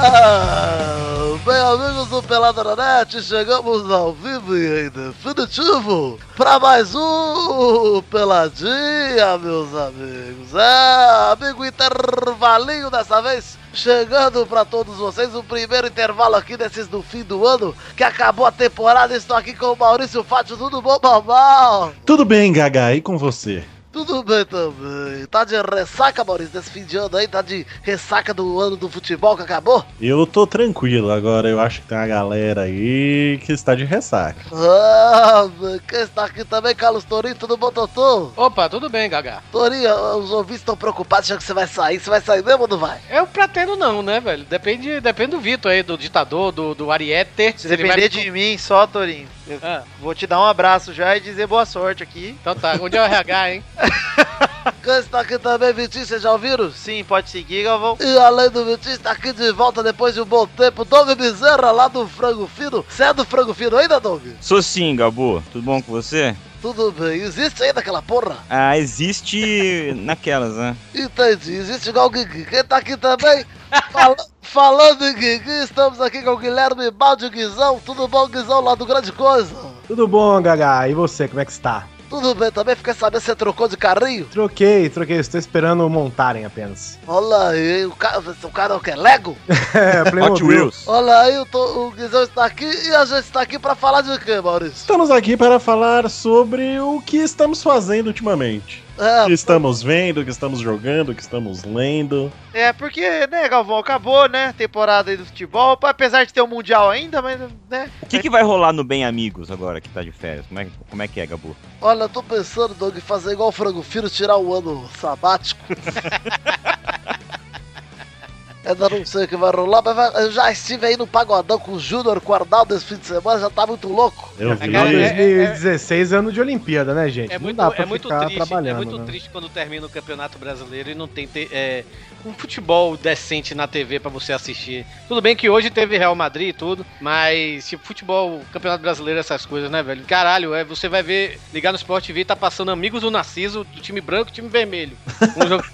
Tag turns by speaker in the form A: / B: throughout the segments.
A: Ah! Bem, amigos do Pelada na Net, chegamos ao vivo e em definitivo para mais um Peladinha, meus amigos. É, amigo intervalinho dessa vez, chegando para todos vocês o primeiro intervalo aqui desses do fim do ano, que acabou a temporada. Estou aqui com o Maurício Fátio, tudo bom, Babal?
B: Tudo bem, Gaga, e com você?
A: Tudo bem também. Tá de ressaca, Maurício, desse fim de ano aí? Tá de ressaca do ano do futebol que acabou?
B: Eu tô tranquilo, agora eu acho que tem uma galera aí que está de ressaca.
A: Ah, mano, quem está aqui também, Carlos Torinho, tudo bom, Totô?
C: Opa, tudo bem, Gaga?
A: Torinho, os ouvintes estão preocupados, achando que você vai sair. Você vai sair mesmo ou não vai?
C: Eu pretendo não, né, velho? Depende, depende do Vitor aí, do ditador, do, do Ariete.
D: Se
C: Ele
D: depender
C: vai-
D: de mim só, Torinho, eu
C: Ah,
D: vou te dar um abraço já e dizer boa sorte aqui.
C: então tá, onde é o RH, hein?
A: Quem está aqui também, Vitinho, vocês já ouviram?
D: Sim, pode seguir, Galvão.
A: E além do Vitinho, está aqui de volta depois de um bom tempo, Doug Bezerra, lá do Frango Fino. Você é do Frango Fino ainda, Doug?
E: Sou sim, Gabu. Tudo bom com você?
A: Tudo bem, existe ainda aquela porra?
E: Ah, existe naquelas, né?
A: Entendi, existe igual o Guigui. Quem tá aqui também? Fala- falando em Guigui, estamos aqui com o Guilherme Balde Guizão. Tudo bom, Guizão, lá do Grande Coisa?
F: Tudo bom, Gaga? E você, como é que está?
A: Tudo bem também, fiquei sabendo se você trocou de carrinho.
F: Troquei, troquei. Estou esperando montarem apenas.
A: Olha aí, o cara, o cara é o quê? Lego?
F: É,
E: Hot
F: Playmobil.
E: Wheels.
A: Olha aí, o, to- o Guizão está aqui e a gente está aqui pra falar de quê, Maurício?
B: Estamos aqui para falar sobre o que estamos fazendo ultimamente.
C: Ah,
B: O que
A: É,
B: estamos vendo, o que estamos jogando, o que estamos lendo.
D: É, porque, né, Galvão, acabou, né, temporada aí do futebol. Apesar de ter o Mundial ainda, mas, né,
E: O que, que vai rolar no Bem Amigos agora que tá de férias? Como é, como é que é, Gabu?
A: olha, eu tô pensando, Doug, em fazer igual o Frango Fino, tirar o ano sabático. Ainda não sei o que vai rolar, mas vai- eu já estive aí no Pagodão com o Júnior, com o Arnaldo esse fim de semana, já tá muito louco.
B: Eu vi.
C: Gaga,
F: Final
C: é-
F: 2016, ano de Olimpíada, né, gente?
C: É
F: Não
C: muito,
F: dá pra
C: é muito
F: ficar
C: triste, é
F: trabalhando,
C: muito
F: né?
C: triste quando termina o Campeonato Brasileiro e não tem te- é, um futebol decente na TV pra você assistir. Tudo bem que hoje teve Real Madrid e tudo, mas tipo, futebol, Campeonato Brasileiro, essas coisas, né, velho? Caralho, é, você vai ver, ligar no Sport TV e tá passando amigos do Narciso, do time branco e time vermelho. Um jogo-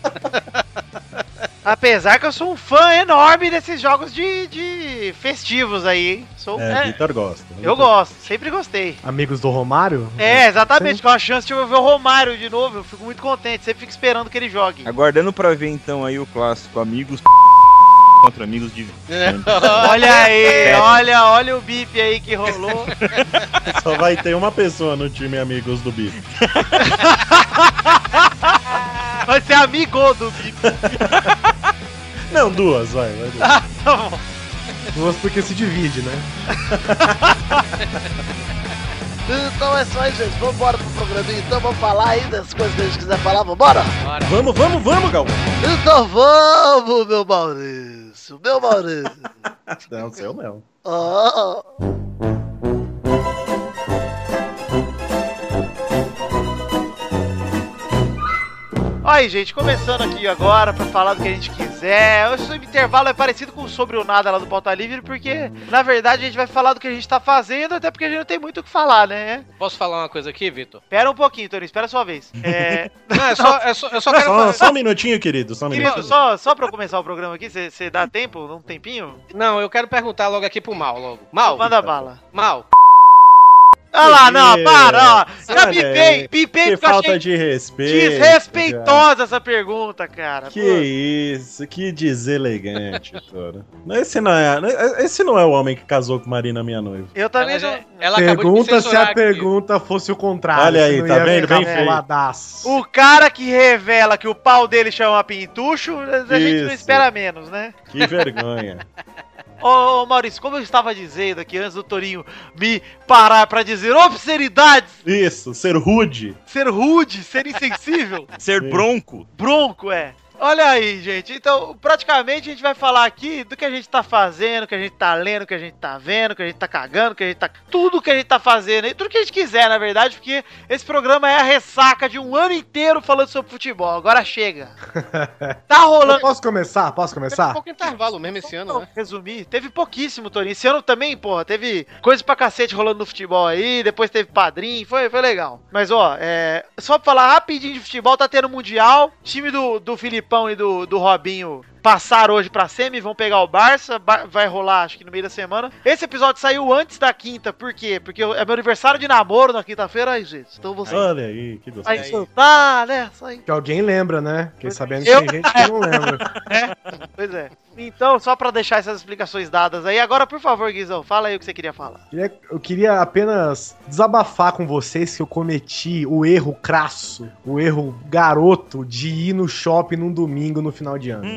D: apesar que eu sou um fã enorme desses jogos de, de festivos aí, hein? Sou,
F: então,
B: É,
D: é,
B: Vitor gosta.
D: eu gosto, sempre gostei.
F: Amigos do Romário?
D: É, exatamente, com a chance de eu ver o Romário de novo, eu fico muito contente, sempre fico esperando que ele jogue.
E: Aguardando pra ver então aí o clássico Amigos contra Amigos de.
D: Olha aí, olha, olha o bip aí que rolou.
B: Só vai ter uma pessoa no time Amigos do Bife.
D: Vai ser amigo do bip.
B: Não, duas, vai. vai duas.
C: Ah.
F: Duas porque se divide, né?
A: Então é só aí, gente. Vambora pro programinha. Então vamos falar aí das coisas que a gente quiser falar. Vambora?
C: Bora.
B: Vamos, vamos, vamos, Galvão.
A: Então vamos, meu Maurício. Meu Maurício.
B: Não, seu não.
A: Ah,
D: Aí, gente, começando aqui agora pra falar do que a gente quiser. Esse intervalo é parecido com o Sobre o Nada lá do Pauta Livre, porque, na verdade, a gente vai falar do que a gente tá fazendo, até porque a gente não tem muito o que falar, né?
C: Posso falar uma coisa aqui, Vitor?
D: Espera um pouquinho, Torinho, espera a sua vez. É,
C: Não, é só, é só, eu só quero
B: Só,
C: falar.
B: só um minutinho, querido. Só um
D: querido,
B: minutinho.
D: só, só pra eu começar o programa aqui, você dá tempo? Um tempinho?
C: Não, eu quero perguntar logo aqui pro Mal, logo. Mal,
D: Manda bala.
C: Mal.
D: Ah lá, não, para, ó. Já
B: Olha
D: pipei,
B: aí,
D: pipei
B: Que
D: porque eu achei
B: falta de respeito. cara.
D: desrespeitosa essa pergunta, cara.
B: Que
D: Pô.
B: isso, que deselegante, Toro. Esse não, é, esse não é o homem que casou com Marina, minha noiva.
D: Eu
C: Ela,
D: também
C: já-
D: não...
C: ela acabou de me
F: pergunta se
C: censurar
F: a
C: aqui.
F: pergunta fosse o contrário.
B: Olha aí,
F: senão
B: tá
F: ia
B: vendo?
F: ficar
B: Bem feito.
F: boladaço.
D: O cara que revela que o pau dele chama pintucho, a gente não
B: Isso.
D: espera menos, né?
B: Que vergonha.
D: Ô, ô, Maurício, como eu estava dizendo aqui antes do Torinho me parar pra dizer obscenidades,
B: Isso, ser rude.
D: ser rude, ser insensível,
E: Ser
B: Sim.
E: bronco?
D: bronco é. Olha aí, gente. Então, praticamente a gente vai falar aqui do que a gente tá fazendo, que a gente tá lendo, que a gente tá vendo, que a gente tá cagando, que a gente tá. Tudo que a gente tá fazendo aí, tudo que a gente quiser, na verdade, porque esse programa é a ressaca de um ano inteiro falando sobre futebol. Agora chega. Tá rolando
F: Eu posso começar? Posso
C: Teve
F: começar?
C: pouco intervalo mesmo esse ano,
D: Não,
C: né?
D: resumir, teve pouquíssimo, Toninho. Esse ano também, porra, teve coisa pra cacete rolando no futebol aí, depois teve padrinho, foi, foi legal. Mas, ó, é, só pra falar rapidinho de futebol, tá tendo Mundial, time do, do Filipão Felipão e do, do Robinho passaram hoje pra semi, vão pegar o Barça, Bar- vai rolar acho que no meio da semana. Esse episódio saiu antes da quinta, por quê? Porque eu- é meu aniversário de namoro na quinta-feira, aí, gente. Então você.
B: Olha aí, que
D: Aí,
B: gostoso.
C: aí.
D: aí. tá, né? Só aí.
F: Que alguém lembra, né? Fiquei sabendo que
D: Eu-
F: tem gente que não lembra.
D: Pois é. Então, só pra deixar essas explicações dadas aí, agora, por favor, Guizão, fala aí o que você queria falar.
F: Queria- Eu queria apenas desabafar com vocês que eu cometi o erro crasso, o erro garoto de ir no shopping num domingo no final de ano.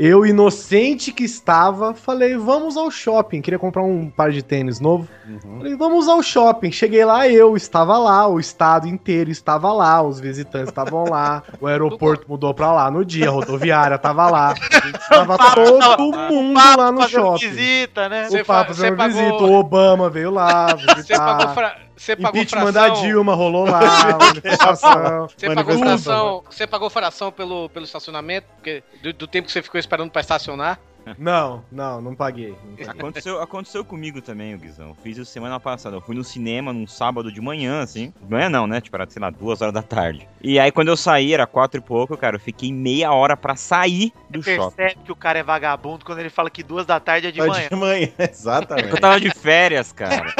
F: Eu, inocente que estava, falei, vamos ao shopping. Queria comprar um par de tênis novo.
B: Uhum.
F: Falei, vamos ao shopping. Cheguei lá, eu estava lá, o estado inteiro estava lá, os visitantes estavam lá, o aeroporto mudou pra lá no dia, a rodoviária estava lá. Estava
D: Papo tava-
F: todo mundo lá no
D: fazendo
F: shopping.
D: visita, né?
C: Você
F: O Papa
C: fa-
F: fazendo
C: você
F: visita, Ah.
C: pagou-
F: o Obama veio lá
C: Você pagou,
F: visitar.
C: fra... você pagou
F: Impeachment
C: fração.
F: da Dilma rolou lá, manifestação.
C: Você
B: Manifestação.
C: pagou, fração, você pagou fração pelo, pelo estacionamento? Porque do, do tempo que você ficou esperando pra estacionar?
F: Não, não, não paguei. não paguei.
E: Aconteceu, aconteceu comigo também, o Guizão. Eu Fiz isso semana passada. Eu fui no cinema num sábado de manhã, assim. De Manhã não, né? Tipo, era, sei lá, duas horas da tarde. E aí, quando eu saí, era quatro e pouco, cara, eu fiquei meia hora pra sair do shopping.
D: Percebe que o cara é vagabundo quando ele fala que duas da tarde é de
B: Tá
D: manhã.
B: De manhã,
E: Porque É, eu
B: exatamente.
E: tava de férias, cara.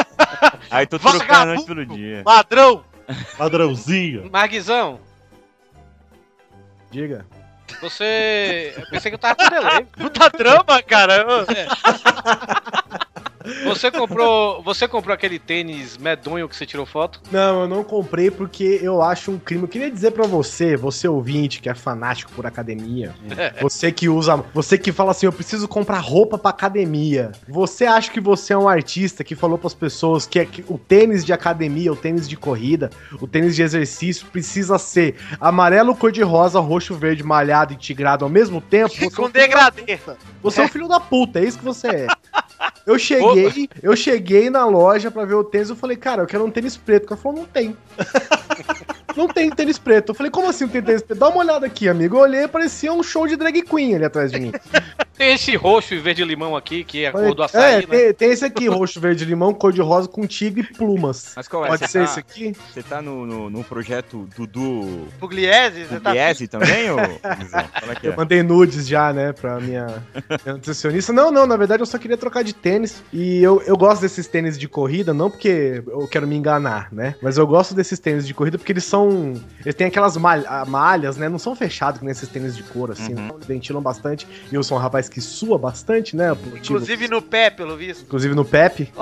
E: aí tô trocando a noite pelo
D: É.
E: dia.
D: Ladrão!
B: Padrãozinho.
C: Marguizão,
F: Diga.
C: você. Eu pensei que eu tava com delay. É.
D: Puta trama, cara! Ô,
C: Você comprou, você comprou aquele tênis medonho que você tirou foto?
F: Não, eu não comprei porque eu acho um crime. Eu queria dizer pra você, você ouvinte que é fanático por academia, você que usa, você que fala assim, eu preciso comprar roupa pra academia. Você acha que você é um artista que falou pras pessoas que, é que o tênis de academia, o tênis de corrida, o tênis de exercício precisa ser amarelo, cor de rosa, roxo, verde, malhado e tigrado ao mesmo tempo? Você é um
D: Com
F: filho da
D: degradê.
F: você é um filho da puta, é isso que você é. Eu cheguei, eu cheguei na loja pra ver o tênis, eu falei, cara, eu quero um tênis preto. O cara falou, não tem. Não tem tênis preto. Eu falei, como assim não tem tênis preto? Dá uma olhada aqui, amigo. Eu olhei, parecia um show de drag queen ali atrás de mim.
C: Tem esse roxo e verde limão aqui, que é a
F: Falei,
C: cor do açaí,
F: é,
C: né?
F: tem, tem esse aqui, roxo, verde, limão, cor de rosa com tigre e plumas.
E: Mas qual é?
F: Pode
E: Você
F: ser
E: tá-
F: esse aqui?
E: Você tá no, no, no projeto Dudu
D: Pugliese, você tá.
E: Pugliese também, ô Guizão? é Fala aqui,
F: Eu mandei nudes já, né, pra minha, minha nutricionista. Não, não, na verdade eu só queria trocar de tênis. E eu, eu gosto desses tênis de corrida, não porque eu quero me enganar, né? Mas eu gosto desses tênis de corrida porque eles são. Eles têm aquelas mal- ah, malhas, né? Não são fechados que nem esses tênis de couro, assim.
E: Uhum.
F: Então, eles ventilam bastante. E eu sou um rapaz que sua bastante, né? por motivo-
D: Inclusive no pé, pelo visto.
F: Inclusive no Pepe.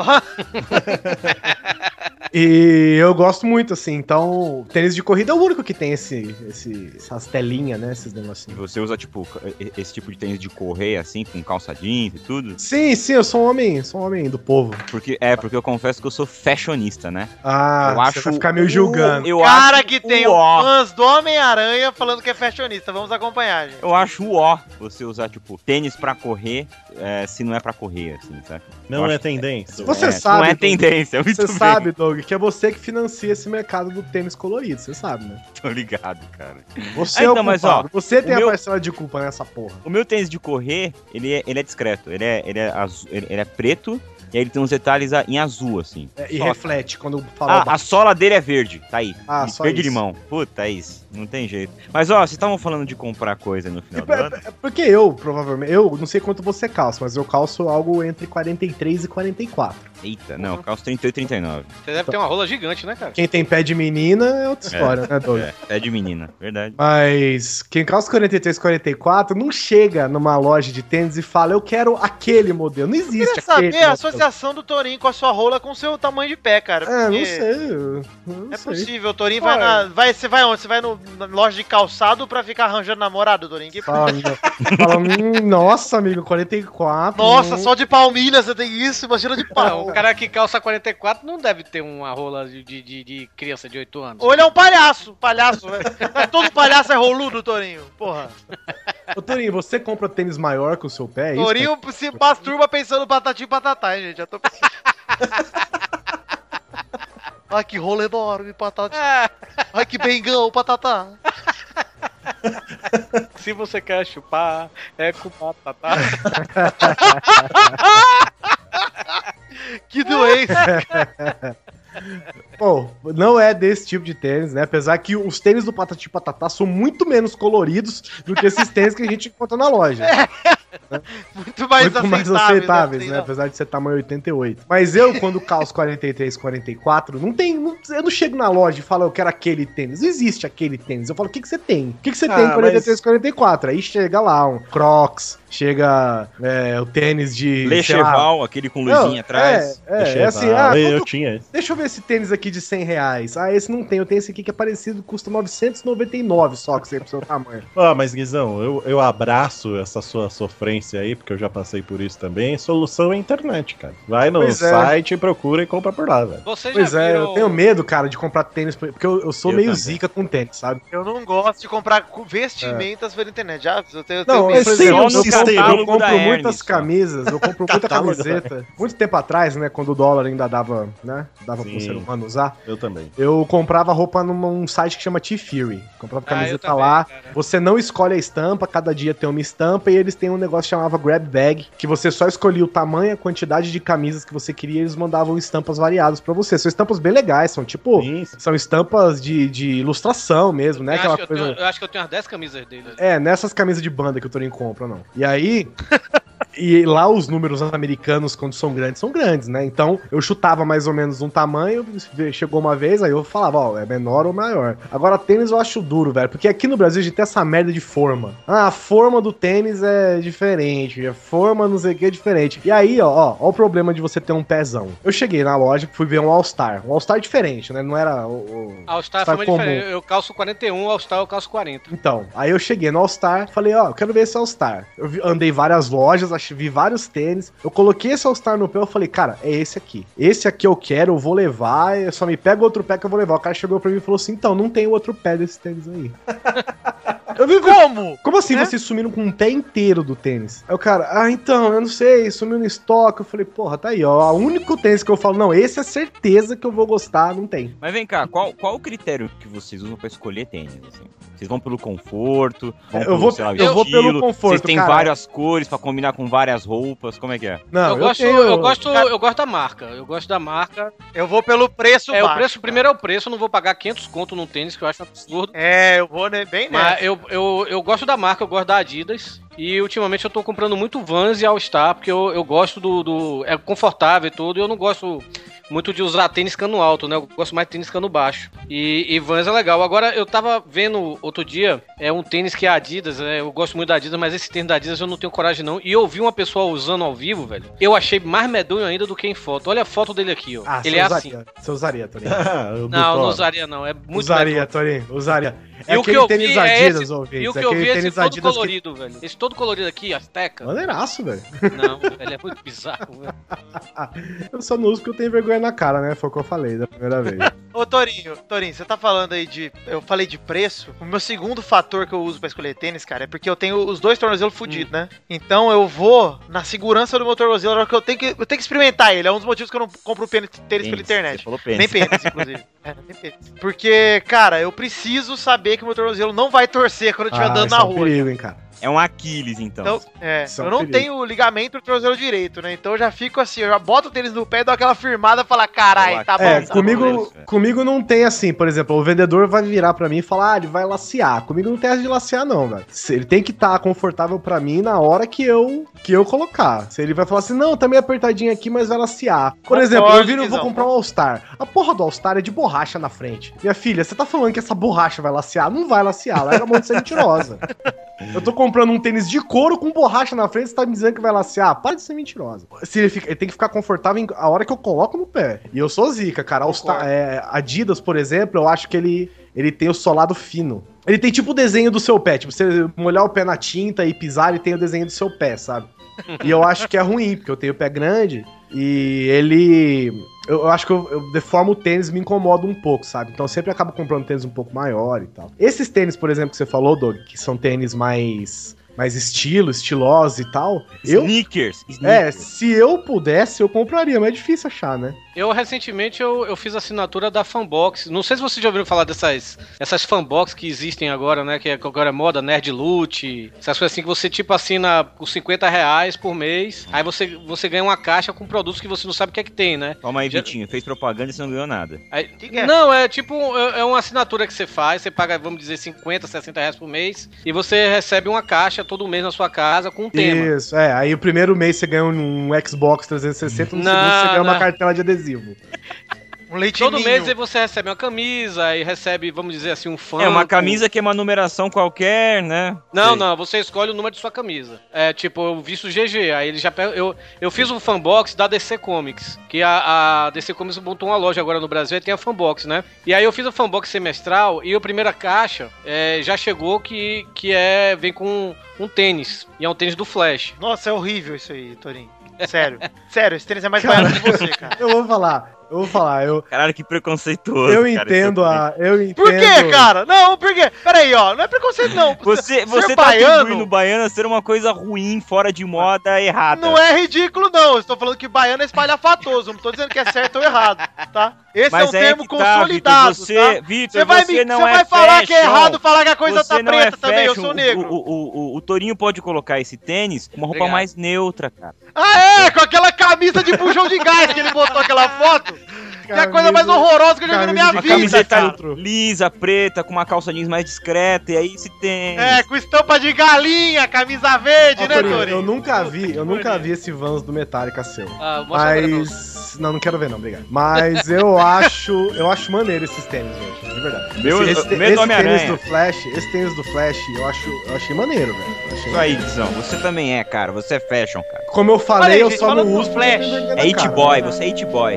F: E eu gosto muito, assim. Então, tênis de corrida é o único que tem esse, esse, essas telinhas, né? Esses
E: E
F: negocinhos.
E: Você usa, tipo, ca- e- esse tipo de tênis de correr, assim, com calça jeans e tudo?
F: Sim, sim, eu sou um homem, sou um homem do povo.
E: Porque, é, porque eu confesso que eu sou fashionista, né?
F: Ah,
E: eu
F: você vai ficar meio julgando.
E: Eu
D: cara
E: acho
D: que tem
E: uó.
D: fãs do Homem-Aranha falando que é fashionista. Vamos acompanhar, gente.
E: Eu acho ó você usar, tipo, tênis pra correr, é, se não é pra correr, assim, sabe? Eu
B: Não
E: acho
B: é
E: que-
B: tendência.
F: Você
E: É,
F: sabe,
E: Não é
F: Doug.
E: tendência, muito
F: Você
E: bem.
F: sabe, Doug, que é você que financia esse mercado do tênis colorido, você sabe, né?
E: Tô ligado, cara.
F: Você
E: Ah,
F: é o
E: então, mas,
F: culpado. você tem
E: o
F: a
E: meu-
F: parcela de culpa nessa porra.
E: O meu tênis de correr, ele é, ele é discreto. Ele é, ele, é azu- ele, ele é preto e aí ele tem uns detalhes a- em azul, assim.
F: É, e
E: Só.
F: reflete quando fala.
E: Ah, a sola dele é verde, tá aí.
F: Ah,
E: E
F: só
E: verde
F: isso.
E: limão. Puta, é isso. Não tem jeito. Mas, ó, vocês estavam falando de comprar coisa no final do ano.
F: É Porque eu, provavelmente, eu não sei quanto você calça, mas eu calço algo entre 43 e 44.
E: Eita, não, calça 38 e 39.
C: Uhum. Você deve ter uma rola gigante, né, cara?
F: Quem tem pé de menina é outra história, né, Doug?
E: É, é de menina, verdade.
F: Mas quem calça 43, 44 não chega numa loja de tênis e fala, eu quero aquele modelo. Não
D: Eu
F: existe
D: queria
F: aquele
D: saber a
F: modelo.
D: associação do Torinho com a sua rola com o seu tamanho de pé, cara.
F: É,
D: porque
F: não sei. eu- Não
D: É
F: sei.
D: possível, o Torinho vai na. Vai, você vai onde? Você vai no, na loja de calçado pra ficar arranjando namorado, Torinho? Que-
F: Fala, amiga. Fala, hum, nossa, amigo, 44.
D: Nossa,
F: hum.
D: só de palmilha você tem isso? Imagina de
C: Não,
D: pau.
C: o cara que calça 44 não deve ter uma rola de, de- de- de criança de 8 anos.
D: Ou ele é um palhaço, palhaço, né? Mas todo palhaço é roludo, Torinho. Porra.
F: Ô, Torinho, você compra tênis maior que o seu pé? É isso,
D: Torinho se masturba pensando patati e patatá, hein, gente? Já tô pensando. Ai, que rolo enorme, patati.
C: É.
D: Ai, que bengão, patatá.
C: Se você quer chupar, é com patatá.
D: Que doença.
F: Bom, não é desse tipo de tênis, né? Apesar que os tênis do Patati Patatá são muito menos coloridos do que esses tênis que a gente encontra na loja.
D: É. Muito mais
F: muito mais aceitáveis, né? Apesar de ser tamanho 88. Mas eu, quando calço 43, 44, não tem. não- eu não chego na loja e falo, eu quero aquele tênis. Não existe aquele tênis. Eu falo, o que, que você tem? O que, que você
B: Ah,
F: tem 43, 44? Aí chega lá um Crocs, chega é, o tênis de. sei lá,
E: Lecheval, aquele com luzinha
F: Não,
E: atrás.
F: É, é,
B: Deixa
F: é
B: eu
F: assim,
B: falar.
F: ah,
B: eu
F: quanto-
B: tinha esse.
F: deixa eu ver esse tênis aqui de 100 reais. Ah, esse não tem, eu tenho esse aqui que é parecido, custa 999 só, que você é pro seu tamanho.
B: Ah, mas Guizão, eu, eu abraço essa sua sofrência aí, porque eu já passei por isso também. Solução é internet, cara. Vai no
F: Pois é.
B: site, procura e compra por lá, velho.
C: Você
F: Pois
C: já
F: é,
C: viram...
F: eu tenho medo, cara, de comprar tênis, porque eu, eu sou
B: Eu
F: meio
B: também.
F: zica com tênis, sabe?
D: Eu não gosto de comprar cu- vestimentas pela internet. Já, eu tenho, eu
F: É. Não,
D: tenho
F: eu,
B: mas
F: por
B: sem
F: exemplo,
B: um
F: eu compro,
B: sistema.
F: eu compro
E: Da
F: muitas
E: Hermes, ó.
F: camisas, eu compro muita
B: Catálogo da
F: camiseta. Muito tempo atrás, né, quando o dólar ainda dava, né, dava pro
B: Sim.
F: ser humano usar,
B: Eu também.
F: eu comprava roupa num um site que chama T-Fury. Comprava
C: Ah, eu
F: camiseta
C: também,
F: lá,
C: cara.
F: Você não escolhe a estampa, cada dia tem uma estampa e eles têm um negócio que chamava grab bag, que você só escolhia o tamanho, a quantidade de camisas que você queria e eles mandavam estampas variadas pra você. São estampas bem legais, são tipo,
B: Sim, sim.
F: são estampas de, de ilustração mesmo,
C: Eu
F: né?
C: acho, que
F: Aquela
C: eu
F: coisa.
C: tenho, eu acho que eu tenho umas 10 camisas dele.
F: É, nessas camisas de banda que o Torinho compra, não. E aí. E lá os números americanos, quando são grandes, são grandes, né? Então eu chutava mais ou menos um tamanho, ve- chegou uma vez, aí eu falava, ó, é menor ou maior. Agora, tênis eu acho duro, velho, porque aqui no Brasil a gente tem essa merda de forma. Ah, a forma do tênis é diferente, a forma não sei o que é diferente. E aí, ó, ó, ó o problema de você ter um pezão. Eu cheguei na loja, fui ver um All-Star. Um All-Star diferente, né? Não era o- o...
C: All-Star
F: Tá
C: foi uma
F: comum.
C: diferença. é Eu calço 41, All-Star eu calço 40.
F: Então, aí eu cheguei no All-Star, falei, ó, eu quero ver esse All-Star. Eu vi- andei várias lojas, ach- vi vários tênis. Eu coloquei esse All-Star no pé, eu falei, cara, é esse aqui. Esse aqui eu quero, eu vou levar, eu só me pega outro pé que eu vou levar. O cara chegou pra mim e falou assim, então, não tem o outro pé desse tênis aí. eu vi
D: Como?
F: como assim
C: É?
D: Né?
F: vocês sumiram com um pé inteiro do tênis? Aí o cara, ah, então, eu não sei, sumiu no estoque. Eu falei, porra, tá aí, ó. O único tênis que eu falo, não, esse é certeza que eu vou gostar, não tem.
E: Mas vem cá, qual, qual o critério que vocês usam pra escolher tênis? assim? Vocês vão pelo conforto? Vão
F: Eu vou-
E: sei lá,
F: eu vou pelo conforto,
E: Vocês têm
F: cara.
E: várias cores pra combinar com várias roupas? Como é que é?
F: Não,
C: eu, gosto,
F: tenho-
C: eu, gosto, eu gosto da marca. Eu gosto da marca.
D: Eu vou pelo preço
C: É, o
D: baixo,
C: preço,
D: cara.
C: primeiro é o preço, eu não vou pagar 500 conto num tênis, que eu acho um absurdo.
D: É, eu vou né, bem nessa.
C: Mas eu, eu, eu gosto da marca, eu gosto da Adidas. E ultimamente eu tô comprando muito Vans e All-Star, porque eu, eu gosto do, do- É confortável e tudo. E eu não gosto muito de usar tênis cano alto, né? Eu gosto mais de tênis cano baixo. E, e Vans é legal. Agora, eu tava vendo outro dia, é um tênis que é Adidas, né? Eu gosto muito da Adidas, mas esse tênis da Adidas eu não tenho coragem não. E eu vi uma pessoa usando ao vivo, velho. Eu achei mais medonho ainda do que em foto. Olha a foto dele aqui, ó.
F: Ah, você
C: Ele é assim.
F: usaria, Você usaria, Torinho.
B: Eu
C: Não, não
B: Thor.
C: usaria não. É muito
F: usaria, Torinho, usaria.
C: E o que eu vi é esse-
F: ouvintes,
C: E o que eu vi é esse todo
F: Adidas
C: colorido, velho. Esse todo colorido aqui,
F: que...
C: Azteca.
F: Maneiraço, velho. Ah,
C: Não, ele é muito bizarro, velho.
F: Eu só não uso porque eu tenho vergonha na cara, né? Foi o que eu falei da primeira vez.
C: Tá
D: Ô, Torinho, Torinho, você tá falando aí de. Eu falei de preço. O meu segundo fator que eu uso pra escolher tênis, cara, é porque eu tenho os dois tornozelos fudidos,
F: Hum.
D: né? Então eu vou na segurança do meu tornozelo, na hora que eu tenho que, eu tenho que experimentar ele. É um dos motivos que eu não compro pênis, tênis pela
E: Tênis,
D: internet.
E: Você falou
D: Nem
E: pênis.
D: pênis, inclusive. É, nem pênis. Porque, cara, eu preciso saber que meu tornozelo não vai torcer quando eu estiver
F: Ah,
D: andando
F: isso
D: na
F: é um
D: rua.
F: perigo, hein, cara.
E: É um Aquiles, então.
D: Então, é,
F: Isso é um
D: eu não
F: perigo.
D: tenho ligamento do tornozelo direito, né? Então eu já fico assim, eu já boto o tênis no pé, dou aquela firmada e falo,
E: Eu
D: carai, tá
E: acho
D: bom.
F: é,
E: bom,
D: tá
E: tá
F: comigo,
E: bom.
F: comigo não tem assim, por exemplo, o vendedor vai virar pra mim e falar, ah, ele vai lacear. Comigo não tem essa de lacear, não, velho. Se- Ele tem que estar confortável pra mim na hora que eu que eu colocar. Se ele vai falar assim, não, tá meio apertadinho aqui, mas vai lacear. Por
D: Concordo,
F: exemplo, eu viro e vou
D: Guizão.
F: comprar um All-Star. A porra do All-Star é de borracha na frente. Minha filha, você tá falando que essa borracha vai lacear? Não vai lacear, larga a mão de ser mentirosa. Eu tô comprando um tênis de couro com borracha na frente, você tá me dizendo que vai lacear? Para de ser mentirosa. Se ele, fica- ele tem que ficar confortável em- a hora que eu coloco no pé. E eu sou zica, cara. All Star- é, Adidas, por exemplo, eu acho que ele, ele tem o solado fino. Ele tem tipo o desenho do seu pé. Tipo, você molhar o pé na tinta e pisar, ele tem o desenho do seu pé, sabe? E eu acho que é ruim, porque eu tenho o pé grande e ele. Eu, eu acho que eu, eu deformo o tênis, me incomoda um pouco, sabe? Então eu sempre acabo comprando tênis um pouco maior e tal. Esses tênis, por exemplo, que você falou, Doug, que são tênis mais. mais estilo, estilosos e tal. Eu.
E: Sneakers.
F: É,
E: sneakers.
F: se eu pudesse, eu compraria, mas é difícil achar, né?
C: Eu recentemente eu, eu fiz assinatura da Fanbox. Não sei se vocês já ouviram falar dessas essas Fanbox que existem agora, né? Que agora é moda, Nerd Loot. Essas coisas assim que você tipo assina por 50 reais por mês. Aí você, você ganha uma caixa com produtos que você não sabe o que é que tem, né?
E: Toma aí,
C: Já-
E: Vitinho. Fez propaganda e você não ganhou nada.
C: Aí-
D: Que que é?
C: Não, é tipo é é uma assinatura que você faz, você paga, vamos dizer, 50, 60 reais por mês, e você recebe uma caixa todo mês na sua casa com um tema.
F: Isso, é. Aí o primeiro mês você ganha um Xbox 360, no
C: Não,
F: segundo você ganha uma
C: não.
F: cartela de adesivo.
D: Um leitinho.
C: Todo mês aí você recebe uma camisa e recebe, vamos dizer assim, um fã.
E: É uma camisa que é uma numeração qualquer, né?
C: Não,
E: Sei.
C: não, você escolhe o número de sua camisa. É tipo, eu vi isso GG, aí ele já pega. Eu, eu fiz um fanbox da DC Comics, que a, a DC Comics montou uma loja agora no Brasil e tem a fanbox, né? E aí eu fiz a fanbox semestral e a primeira caixa é, já chegou que, que é. vem com um tênis, e é um tênis do Flash.
D: Nossa, é horrível isso aí, Torinho. Sério. Sério, esse tênis é mais barato que você, cara.
F: Eu vou falar, eu vou falar, eu,
E: Caralho, que preconceituoso.
F: eu
E: cara, esse é
F: entendo a. Eu entendo.
D: Por quê, cara? Não, por quê? Peraí, ó, não é preconceito, não.
E: Você,
D: Ser
E: você tá
D: baiano-
E: atribuindo o baiano a ser uma coisa ruim, fora de moda, errada.
D: Não é ridículo, não. Eu Estou falando que baiano é espalhafatoso. Não tô dizendo que é certo ou errado, tá? Esse é um
E: aí
D: termo
E: que tá,
D: consolidado,
E: Vitor,
D: tá?
E: você, Vitor,
D: Você vai, me,
E: você não
D: você
E: é
D: vai falar que é
E: fashion.
D: errado falar que a coisa
E: Você
D: tá
E: não
D: preta
E: é
D: também, eu
E: fashion.
D: sou negro.
E: O, o, o, o, o Torinho pode colocar esse tênis com uma roupa
C: Obrigado.
E: mais neutra, cara.
D: Ah, é? Com aquela camisa de bujão de gás que ele botou aquela foto. Que é a coisa mais horrorosa que eu já vi na minha
E: Uma
F: Camisa
D: vida,
E: camiseta
D: cara.
F: cara.
E: lisa, preta, com uma calça jeans mais discreta, e aí se tem.
D: É, com estampa de galinha, camisa verde,
F: Ó,
D: né,
F: Torinho,
D: Torinho?
F: eu nunca vi, eu nunca
C: Torinho.
F: vi esse Vans do Metallica seu.
C: Ah, mostra agora meu.
F: Mas. Não, não quero ver, não, obrigado. Mas eu acho. Eu acho maneiro esses tênis, gente. De verdade.
E: Meu-
F: esse esse,
E: meu
F: esse
E: Homem-Aranha.
F: tênis do Flash, esse tênis do Flash, eu acho. Eu achei maneiro, velho. Eu achei
E: Isso aí, Guizão. Você também é, cara. Você é fashion, cara.
F: Como eu
D: Olha
F: falei,
D: aí,
F: eu
D: gente,
F: só
D: falando
F: não
D: do
F: uso.
D: Flash.
E: É it boy, você é it boy.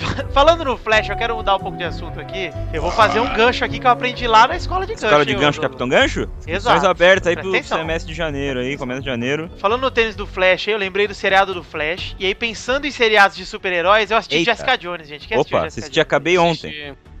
D: Falando no Flash, eu quero mudar um pouco de assunto aqui. Eu vou fazer um gancho aqui que eu aprendi lá na escola de gancho.
E: Escola de
D: hein,
E: gancho,
D: ô,
E: Capitão Gancho? Discussões
D: Exato.
E: abertas aí pro
D: Presta atenção.
E: semestre de janeiro aí, começo de janeiro.
D: Falando no tênis do Flash, eu lembrei do seriado do Flash. E aí, pensando em seriados de super-heróis, eu assisti
E: Eita.
D: Jessica Jones, gente. Quem assistiu
E: Opa,
D: Jessica
E: assisti, acabei ontem.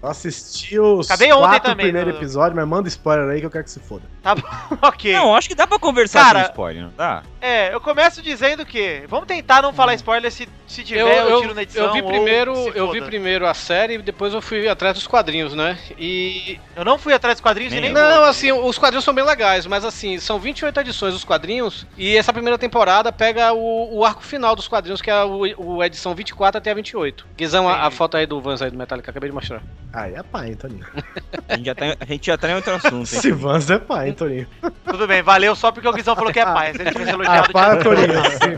C: Assisti.
F: Eu assisti os
D: Acabei ontem
F: quatro
D: também,
F: primeiro
E: né?
D: do-
F: episódio, mas manda spoiler aí que eu quero que se foda.
D: Jones? Tá ok.
E: Não, acho que dá pra conversar
D: Cara-
E: sem spoiler, não dá?
D: É, eu começo dizendo que vamos tentar não falar spoiler se, se tiver,
C: Eu,
D: eu,
C: eu,
D: tiro na edição.
C: eu vi
D: ou
C: primeiro,
D: se
C: eu vi
D: foda.
C: primeiro a série e depois eu fui atrás dos quadrinhos, né? E
D: Eu não fui atrás dos quadrinhos e nem.
E: Nem
C: Não, assim, os quadrinhos são bem legais, mas assim, são 28 edições dos quadrinhos, e essa primeira temporada pega o, o arco final dos quadrinhos, que é o, o edição 24 até a 28. Guizão, a, a
D: Entendi.
C: foto aí do Vans aí do Metallica, acabei de mostrar.
F: Aí é pai, hein, Toninho.
E: A gente já tá, em- a gente já tá em outro assunto, hein?
F: Esse Vans é pai, hein, Toninho.
D: Tudo bem, valeu só porque o Guizão falou que é pai. Se ele tivesse
F: Ah,
D: elogiado,
F: para,
D: tinha-
F: Torinho.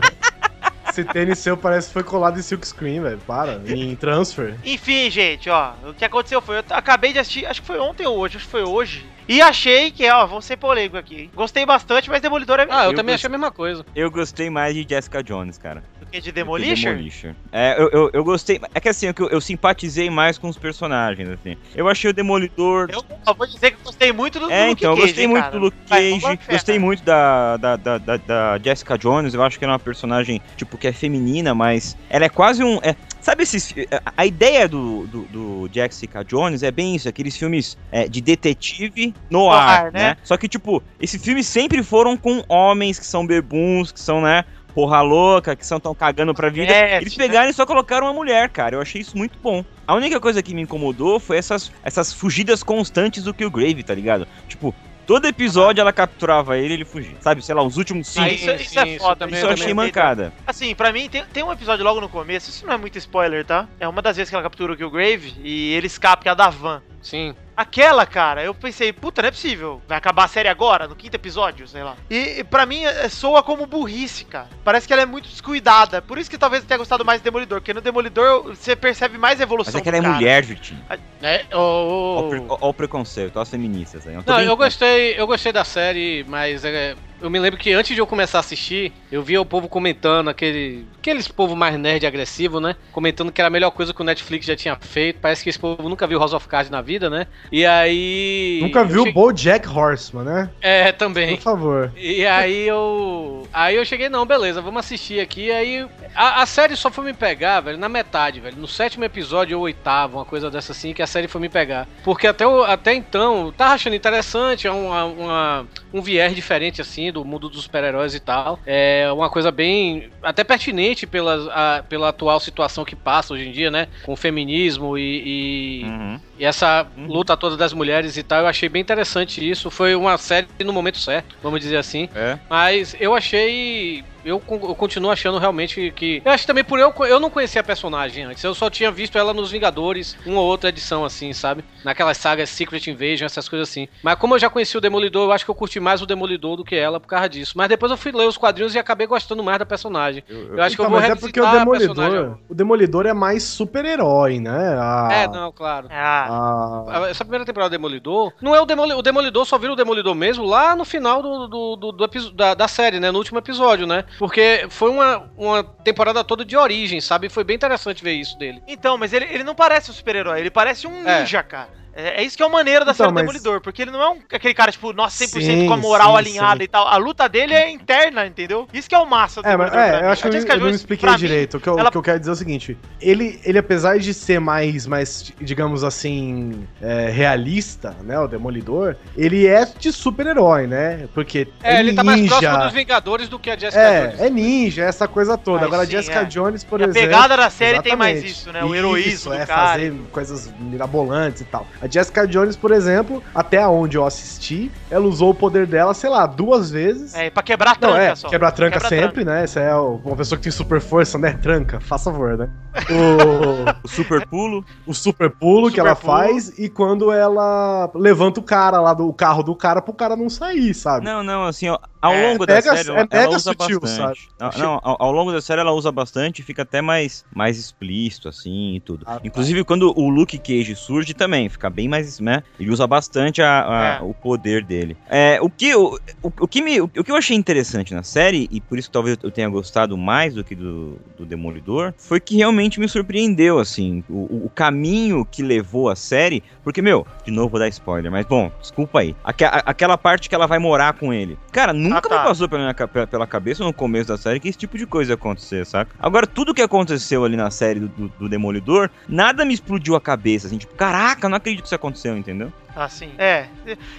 F: Esse- Esse tênis seu parece que foi colado em silk screen, velho. Para. Em transfer.
D: Enfim, gente, ó, o que aconteceu foi, eu t- acabei de assistir, acho que foi ontem ou hoje, acho que foi hoje. E achei que, ó, vou ser polêmico aqui. hein? Gostei bastante, mas Demolidor é
C: Ah, eu,
E: Eu
C: também
E: gostei.
C: achei a mesma coisa.
E: Eu gostei mais de Jessica Jones, cara.
D: do que de
E: do que
D: Demolition.
E: Demolition. É, eu, eu, eu gostei. É que assim, é que eu, eu simpatizei mais com os personagens, assim. Eu achei o Demolidor.
D: Eu só vou dizer que eu gostei muito do,
E: é,
D: do
E: então, eu gostei
D: hein,
E: muito
D: cara.
E: do Luke
D: Vai,
E: Cage,
D: vamos lá,
E: gostei
D: fera.
E: muito da, da, da, da- da Jessica Jones, eu acho que ela é uma personagem, tipo, que é feminina, mas ela é quase um... é- sabe esses... fi- a- A ideia do, do, do Jessica Jones é bem isso, aqueles filmes é, de detetive no ar,
D: Noir,
E: né?
D: né?
E: Só que, tipo, esses filmes sempre foram com homens que são bebuns, que são, né, porra louca, que são tão cagando pra vida.
D: É,
E: Eles
D: né?
E: pegaram e só colocaram uma mulher, cara. Eu achei isso muito bom. A única coisa que me incomodou foi essas, essas fugidas constantes do Killgrave, tá ligado? Tipo, todo episódio ela capturava ele e ele fugia. Sabe, sei lá, os últimos cinco.
D: Aí isso- isso é foda,
E: isso
D: também-
E: eu achei mancada.
D: Assim, pra mim, tem, tem um episódio logo no começo, isso não é muito spoiler, tá? É uma das vezes que ela captura o Killgrave e ele escapa, que é a da van.
C: Sim.
D: Aquela, cara, eu pensei, puta, não é possível. Vai acabar a série agora, no quinto episódio, sei lá. E e pra mim é- soa como burrice, cara. Parece que ela é muito descuidada. Por isso que talvez eu tenha gostado mais do Demolidor, porque no Demolidor você percebe mais a evolução.
E: Mas é que
D: do
E: ela é
D: cara.
E: mulher, Jutinho.
C: É, ô, ô,
E: Olha o preconceito, olha as feministas aí. tô
C: Não, eu
E: brincando.
C: gostei, eu gostei da série, mas é, eu me lembro que antes de eu começar a assistir, eu via o povo comentando, aquele, aqueles povo mais nerd e agressivo, né? Comentando que era a melhor coisa que o Netflix já tinha feito. Parece que esse povo nunca viu House of Cards na vida, né? E aí.
F: Nunca
C: eu
F: viu o
C: cheguei-
F: BoJack Horseman, né?
C: É,
F: Por
C: também.
F: favor.
C: E aí eu. Aí eu cheguei, não, beleza, vamos assistir aqui. Aí. A, a série só foi me pegar, velho, na metade, velho. No sétimo episódio ou oitavo, uma coisa dessa assim, que a série foi me pegar. tá, né, Porque até, o- até então, eu tava achando interessante, é uma, uma- um é viés diferente, assim, do mundo dos super-heróis e tal. É uma coisa bem. até pertinente pela, a- pela atual situação que passa hoje em dia, né? Com o feminismo e- e
E: Uhum.
C: e essa
E: Uhum.
C: luta toda das mulheres e tal, eu achei bem interessante isso. Foi uma série no momento certo, vamos dizer assim.
E: É.
C: Mas eu achei. Eu, con- eu continuo achando realmente que. Eu acho também por eu. co- Eu não conhecia a personagem antes. Eu só tinha visto ela nos Vingadores, uma ou outra edição, assim, sabe? Naquelas sagas Secret Invasion, essas coisas assim. Mas como eu já conheci o Demolidor, eu acho que eu curti mais o Demolidor do que ela por causa disso. Mas depois eu fui ler os quadrinhos e acabei gostando mais da personagem. Eu acho que eu
F: Então,
C: vou
F: mas é
C: revisitar
F: porque o
C: a personagem.
F: Demolidor, o Demolidor é mais super-herói, né? A-
C: É, não, claro.
D: Ah,
F: a-
C: Ah, Essa primeira temporada do Demolidor. Não é o Demolidor. O Demolidor só vira o Demolidor mesmo lá no final do, do, do- do episo- da, da série, né? No último episódio, né? Porque foi uma, uma temporada toda de origem, sabe? Foi bem interessante ver isso dele.
D: então, mas ele, ele não parece um super-herói, ele parece um
C: É.
D: ninja, cara. É, é isso que é o maneiro da
F: Então,
D: série do
F: mas-
D: Demolidor, porque ele não é um, aquele cara, tipo, nossa, 100% com a
F: Sim,
D: moral
F: sim,
D: alinhada
F: sim.
D: e tal. A luta dele é interna, entendeu? Isso que é o massa do
F: É, mas,
D: Demolidor pra
F: é,
D: mim.
F: eu acho
D: A
F: que eu,
D: Jessica
F: eu não
D: Jones,
F: me expliquei
D: pra mim,
F: direito. O que, eu,
D: ela-
F: o que eu quero dizer é o seguinte: ele, ele apesar de ser mais, mais digamos assim, é, realista, né? O Demolidor, ele é de super-herói, né? Porque
C: É, ele tá mais próximo dos
F: ninja.
C: Vingadores do que a Jessica Jones.
F: É, é ninja, essa coisa toda.
D: Mas
F: Agora,
D: sim,
F: Jessica
D: é.
F: Jones, por
D: E a
F: exemplo.
D: pegada da série tem mais
F: Exatamente.
D: isso, né? O heroísmo
F: Isso,
D: do
F: é
D: cara.
F: fazer coisas mirabolantes e tal. A Jessica Jones, por exemplo, até onde eu assisti, ela usou o poder dela, sei lá, duas vezes.
D: É, pra quebrar a
F: Não,
D: tranca
F: é,
D: só.
F: quebra-tranca
D: Quebra-tranca.
F: sempre, né? Essa é o- uma pessoa que tem super força, né? Tranca, faça favor, né? O,
E: O super pulo.
F: o super pulo que
D: Super
F: ela
D: pulo.
F: faz e quando ela levanta o cara lá do o carro do cara pro cara não sair, sabe?
E: Não, não, assim, ó, ao
C: É,
E: longo da
F: mega-
E: série,
F: é
E: ela- ela
F: mega
E: usa
F: sutil,
E: bastante.
F: sabe?
E: Não, não, ao, ao longo da série ela usa bastante e fica até mais, mais explícito, assim, e tudo.
F: Ah, tá.
E: Inclusive, quando o Luke Cage surge também, fica bem mais, né? Ele usa bastante a- a-
D: É.
E: o poder dele. É, o, que, eu- o, o que me, o, que eu achei interessante na série, e por isso talvez eu tenha gostado mais do que do, do Demolidor, foi que realmente me surpreendeu, assim, o, o- o caminho que levou a série, porque, meu, de novo vou dar spoiler, mas bom, desculpa aí. Aque- a- aquela parte que ela vai morar com ele. Cara, nunca
D: Ah, tá.
E: me passou pela, minha ca- pe- pela cabeça no começo da série que esse tipo de coisa ia acontecer, saca? Agora, tudo que aconteceu ali na série do, do- do Demolidor, nada me explodiu a cabeça, assim, tipo, caraca, não acredito que isso aconteceu, entendeu?
D: Assim. É.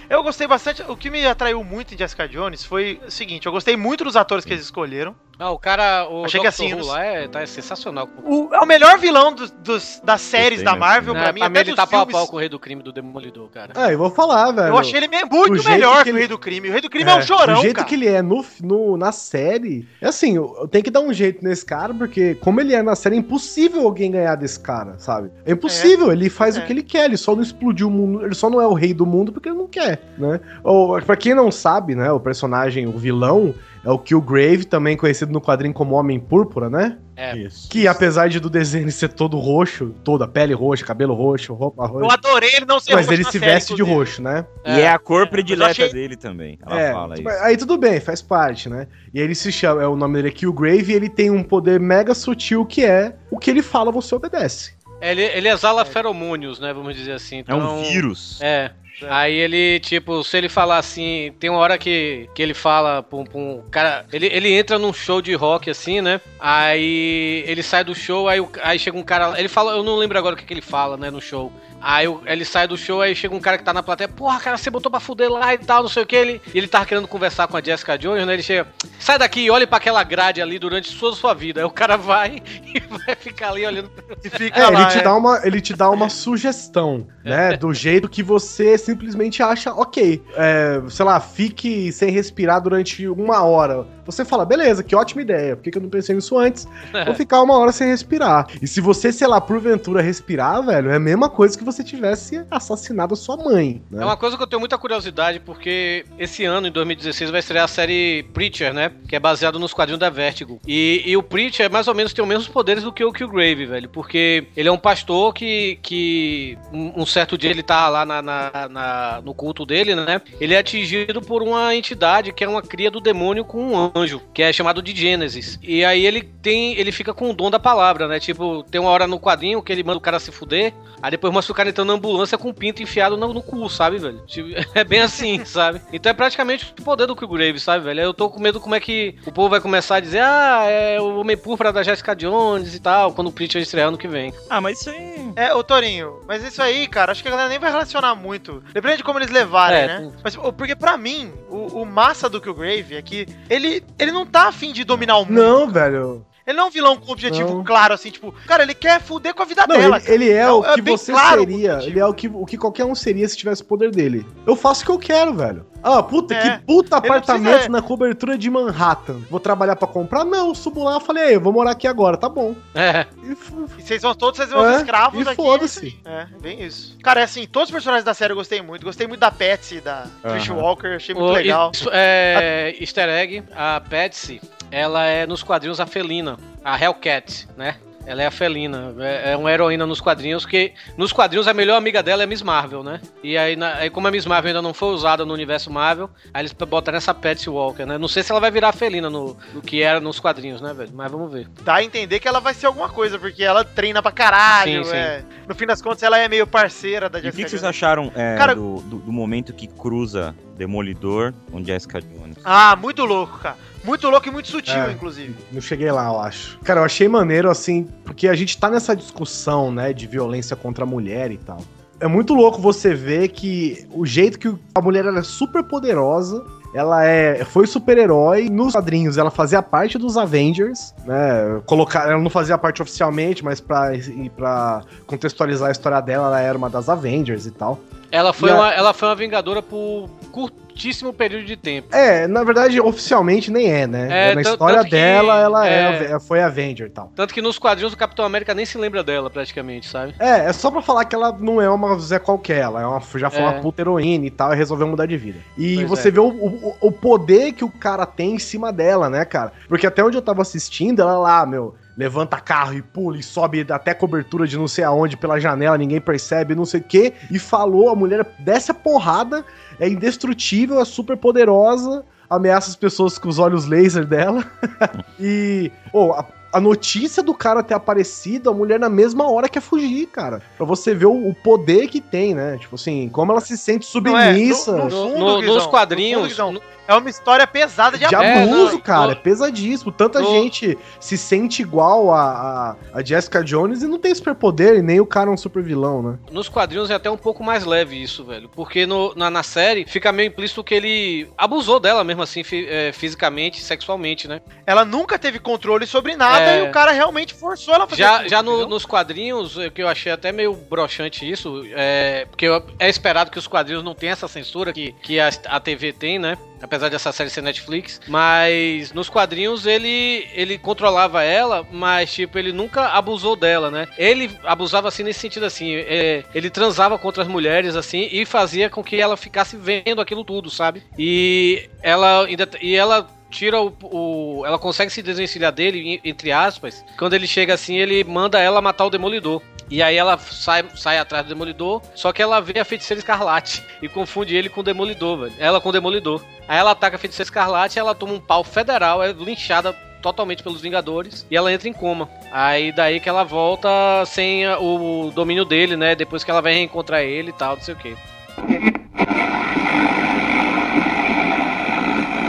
D: Eu gostei bastante. O que me atraiu muito em Jessica Jones foi o seguinte: eu gostei muito dos atores que eles escolheram.
C: Ah, o cara, o Achei
D: Achei que
C: Doctor
D: assim,
C: Who
D: não-
C: lá é, tá, é sensacional.
D: O, é o melhor vilão dos, dos- das séries
E: Gostei
D: da
E: mesmo.
D: Marvel,
C: Né,
D: pra mim, até
C: ele
D: dos
C: tá pau a
D: filmes.
C: pau com o Rei do Crime do Demolidor, cara.
F: Ah, eu vou falar, velho.
D: eu achei ele me- muito
F: do jeito
D: melhor que,
F: que
D: o
F: ele-
D: Rei do Crime. O Rei do Crime é, um chorão,
F: O jeito
D: cara.
F: que ele é no, no- na série. É assim, eu, eu tenho que dar um jeito nesse cara, porque como ele é na série, é impossível alguém ganhar desse cara, sabe? É impossível, ele faz
D: É.
F: o que ele quer, ele só não explodiu o mundo, ele só não é o rei do mundo porque ele não quer, né? Ou, pra quem não sabe, né, o personagem, o vilão, é o Killgrave, também conhecido no quadrinho como Homem Púrpura, né?
C: É.
B: Isso.
F: Que apesar de do desenho ser todo roxo, toda pele roxa, cabelo roxo, roupa
D: Então, Eu
F: roxa,
D: adorei ele não ser
F: mas
D: roxo
F: ele
D: na
F: se
D: série,
F: veste de
D: inclusive.
F: roxo, né?
E: E é a cor
D: mas eu
E: predileta
D: achei-
E: dele também. Ela fala
F: tipo,
E: isso.
F: Aí tudo bem, faz parte, né? E ele se chama, é, o nome dele é Killgrave, e ele tem um poder mega sutil que é o que ele fala, você obedece.
D: É.
C: Ele, ele exala feromônios, né? Vamos dizer assim.
E: É um
C: Então,
E: vírus.
C: É. Aí ele, tipo, se ele falar assim, tem uma hora que, que ele fala pra um, pra um cara, ele, ele entra num show de rock assim, né? Aí ele sai do show, aí, o- aí chega um cara, ele fala, eu não lembro agora o que, que ele fala, né, no show. Aí o- ele sai do show, aí chega um cara que tá na plateia, porra, cara, você botou pra fuder lá e tal, não sei o que. Ele, ele tava querendo conversar com a Jessica Jones, né? Ele chega, sai daqui e olhe pra aquela grade ali durante toda a sua vida. Aí o cara vai e vai ficar ali olhando.
D: E fica
F: É,
D: lá,
F: ele, te
D: é.
F: dá uma, ele te dá uma sugestão,
C: É.
F: né? Do jeito que você simplesmente acha, ok. É, sei lá, fique sem respirar durante uma hora. Você fala, beleza, que ótima ideia, por que, que eu não pensei nisso antes?
C: É.
F: Vou ficar uma hora sem respirar. E se você, sei lá, porventura respirar, velho, é a mesma coisa que você tivesse assassinado a sua mãe, né?
C: É uma coisa que eu tenho muita curiosidade, porque esse ano, em 2016, vai estrear a série Preacher, né? Que é baseado nos quadrinhos da Vertigo. E, e o Preacher, mais ou menos, tem os mesmos poderes do que o Killgrave, velho. Porque ele é um pastor que, que um, um certo dia ele tá lá na- na- na- no culto dele, né? Ele é atingido por uma entidade que é uma cria do demônio com um anjo, que é chamado de Gênesis. E aí ele tem, ele fica com o dom da palavra, né? Tipo, tem uma hora no quadrinho que ele manda o cara se fuder, Aí depois mostra o cara entrando na ambulância com o pinto enfiado no, no cu, sabe, velho? Tipo, É bem assim, sabe? Então é praticamente o poder do Killgrave, sabe, velho? Eu tô com medo como é que o povo vai começar a dizer, ah, é o Homem Púrpura da Jessica Jones e tal, quando o Preacher estrear ano que vem.
E: Ah, mas isso aí.
D: É, ô Torinho, mas isso aí, cara, acho que a galera nem vai relacionar muito. Depende de como eles levarem,
C: É,
D: né? Mas, pô, porque pra mim, o, o massa do Killgrave é que ele, ele não tá afim de dominar o mundo.
F: Não, velho.
D: Ele não é um vilão com objetivo
F: Não.
D: claro, assim, tipo, cara, ele quer fuder com a vida
F: Não,
D: dela.
F: ele, ele é
D: Não,
F: o
D: é
F: que
D: bem
F: você
D: claro o
F: seria.
D: motivo.
F: Ele é o que, o que qualquer um seria se tivesse o poder dele. Eu faço o que eu quero, velho. Ah, puta,
D: É.
F: que puta
D: Ele não
F: apartamento
D: precisa-
F: na cobertura de Manhattan. Vou trabalhar pra comprar? Não, eu subo lá e falei, "Ei, eu vou morar aqui agora, tá bom.
C: É.
F: E fu-
D: E vocês são todos, vocês são
F: É,
D: escravos
F: e
D: aqui.
F: foda-se.
D: É, bem isso. Cara, é assim, todos os personagens da série eu gostei muito. Gostei muito da Patsy, da Trish
E: Aham.
D: Walker, achei muito
C: O-
D: legal.
C: isso é, easter egg, a Patsy, ela é nos quadrinhos a felina, a Hellcat, né? Ela é a felina, é, é uma heroína nos quadrinhos, que nos quadrinhos a melhor amiga dela é Miss Marvel, né? E aí, na- aí como a Miss Marvel ainda não foi usada no universo Marvel, aí eles botaram essa Patsy Walker, né? Não sei se ela vai virar a felina no, no que era nos quadrinhos, né, velho? Mas vamos ver.
D: Dá a entender que ela vai ser é alguma coisa, porque ela treina pra caralho.
C: Sim, sim.
D: é. No fim das contas, ela é meio parceira da
E: E o que,
D: Jessica
E: que vocês
D: Jones.
E: acharam é,
D: Cara-
E: do, do- do momento que cruza Demolidor com Jessica Jones?
D: Ah, muito louco, cara. Muito louco e muito sutil,
F: É.
D: inclusive.
F: Não cheguei lá, eu acho. Cara, eu achei maneiro, assim, porque a gente tá nessa discussão, né, de violência contra a mulher e tal. É muito louco você ver que o jeito que a mulher ela é super poderosa, ela é, foi super-herói nos quadrinhos, ela fazia parte dos Avengers, né? Colocar, ela não fazia parte oficialmente, mas pra, e pra contextualizar a história dela, ela era uma das Avengers e tal.
C: Ela foi,
F: E a-
C: uma, ela foi uma vingadora por curtíssimo período de tempo.
F: É, na verdade, oficialmente nem é, né?
C: É,
F: Na
C: tan-
F: história
C: tanto que-
F: dela, ela é-
C: é.
F: ela foi Avenger e tal.
C: Tanto que nos quadrinhos o Capitão América nem se lembra dela, praticamente, sabe?
F: É, é só pra falar que ela não é uma Zé qualquer, ela é uma, já foi
C: É.
F: uma puta heroína e tal, e resolveu mudar de vida. E
C: Pois
F: você
C: é.
F: vê o, o, o poder que o cara tem em cima dela, né, cara? Porque até onde eu tava assistindo, ela lá, meu, levanta carro e pula e sobe até cobertura de não sei aonde pela janela, ninguém percebe, não sei o quê, e falou, a mulher desce a porrada, é indestrutível, é super poderosa, ameaça as pessoas com os olhos laser dela. E, pô, a, a notícia do cara ter aparecido, a mulher na mesma hora quer fugir, cara. Pra você ver o, o poder que tem, né? Tipo assim, como ela se sente
D: Não é,
F: submissa.
D: no-
C: No-
D: fundo,
C: no-
D: Guizão,
C: nos
D: no
C: quadrinhos.
D: fundo, Guizão. É uma história pesada de
F: De
D: amor.
C: É,
F: abuso,
C: não,
F: cara,
C: no-
F: é pesadíssimo. Tanta
C: no-
F: gente se sente igual a, a, a Jessica Jones e não tem superpoder, e nem o cara é um super vilão, né?
C: Nos quadrinhos é até um pouco mais leve isso, velho. Porque no- na, na série fica meio implícito que ele abusou dela mesmo assim, fi- é, fisicamente, sexualmente, né?
D: Ela nunca teve controle sobre nada
C: É.
D: e o cara realmente forçou ela a fazer
C: Já,
D: tudo,
C: já no-
D: entendeu?
C: nos quadrinhos, é, que eu achei até meio broxante isso, é, porque eu- é esperado que os quadrinhos não tenham essa censura que, que a, a TV tem, né? Apesar dessa série ser Netflix. Mas nos quadrinhos ele, ele controlava ela, mas tipo, ele nunca abusou dela, né? Ele abusava assim nesse sentido assim, é, ele transava contra as mulheres assim e fazia com que ela ficasse vendo aquilo tudo, sabe? E ela ainda e ela tira o, o- Ela consegue se desvencilhar dele, em- entre aspas. Quando ele chega assim, ele manda ela matar o demolidor. E aí ela sai, sai atrás do demolidor, só que ela vê a feiticeira escarlate e confunde ele com o demolidor, velho. Ela com o demolidor. Aí ela ataca a feiticeira escarlate, ela toma um pau federal, é linchada totalmente pelos Vingadores e ela entra em coma. Aí daí que ela volta sem a- o domínio dele, né? Depois que ela vai reencontrar ele e tal, não sei o quê.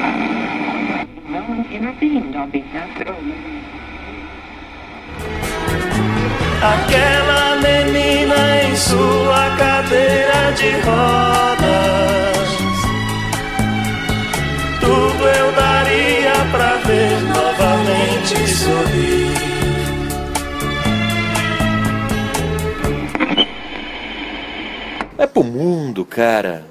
G: No one intervened on behalf of Omen.
H: Aquela menina em sua cadeira de rodas. Tudo eu daria pra ver novamente sorrir.
E: É
I: Vai pro mundo, cara.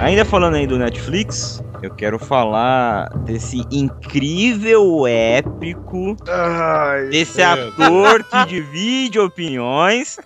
E: Ainda falando aí do Netflix, eu quero falar desse incrível épico, desse ator que divide opiniões,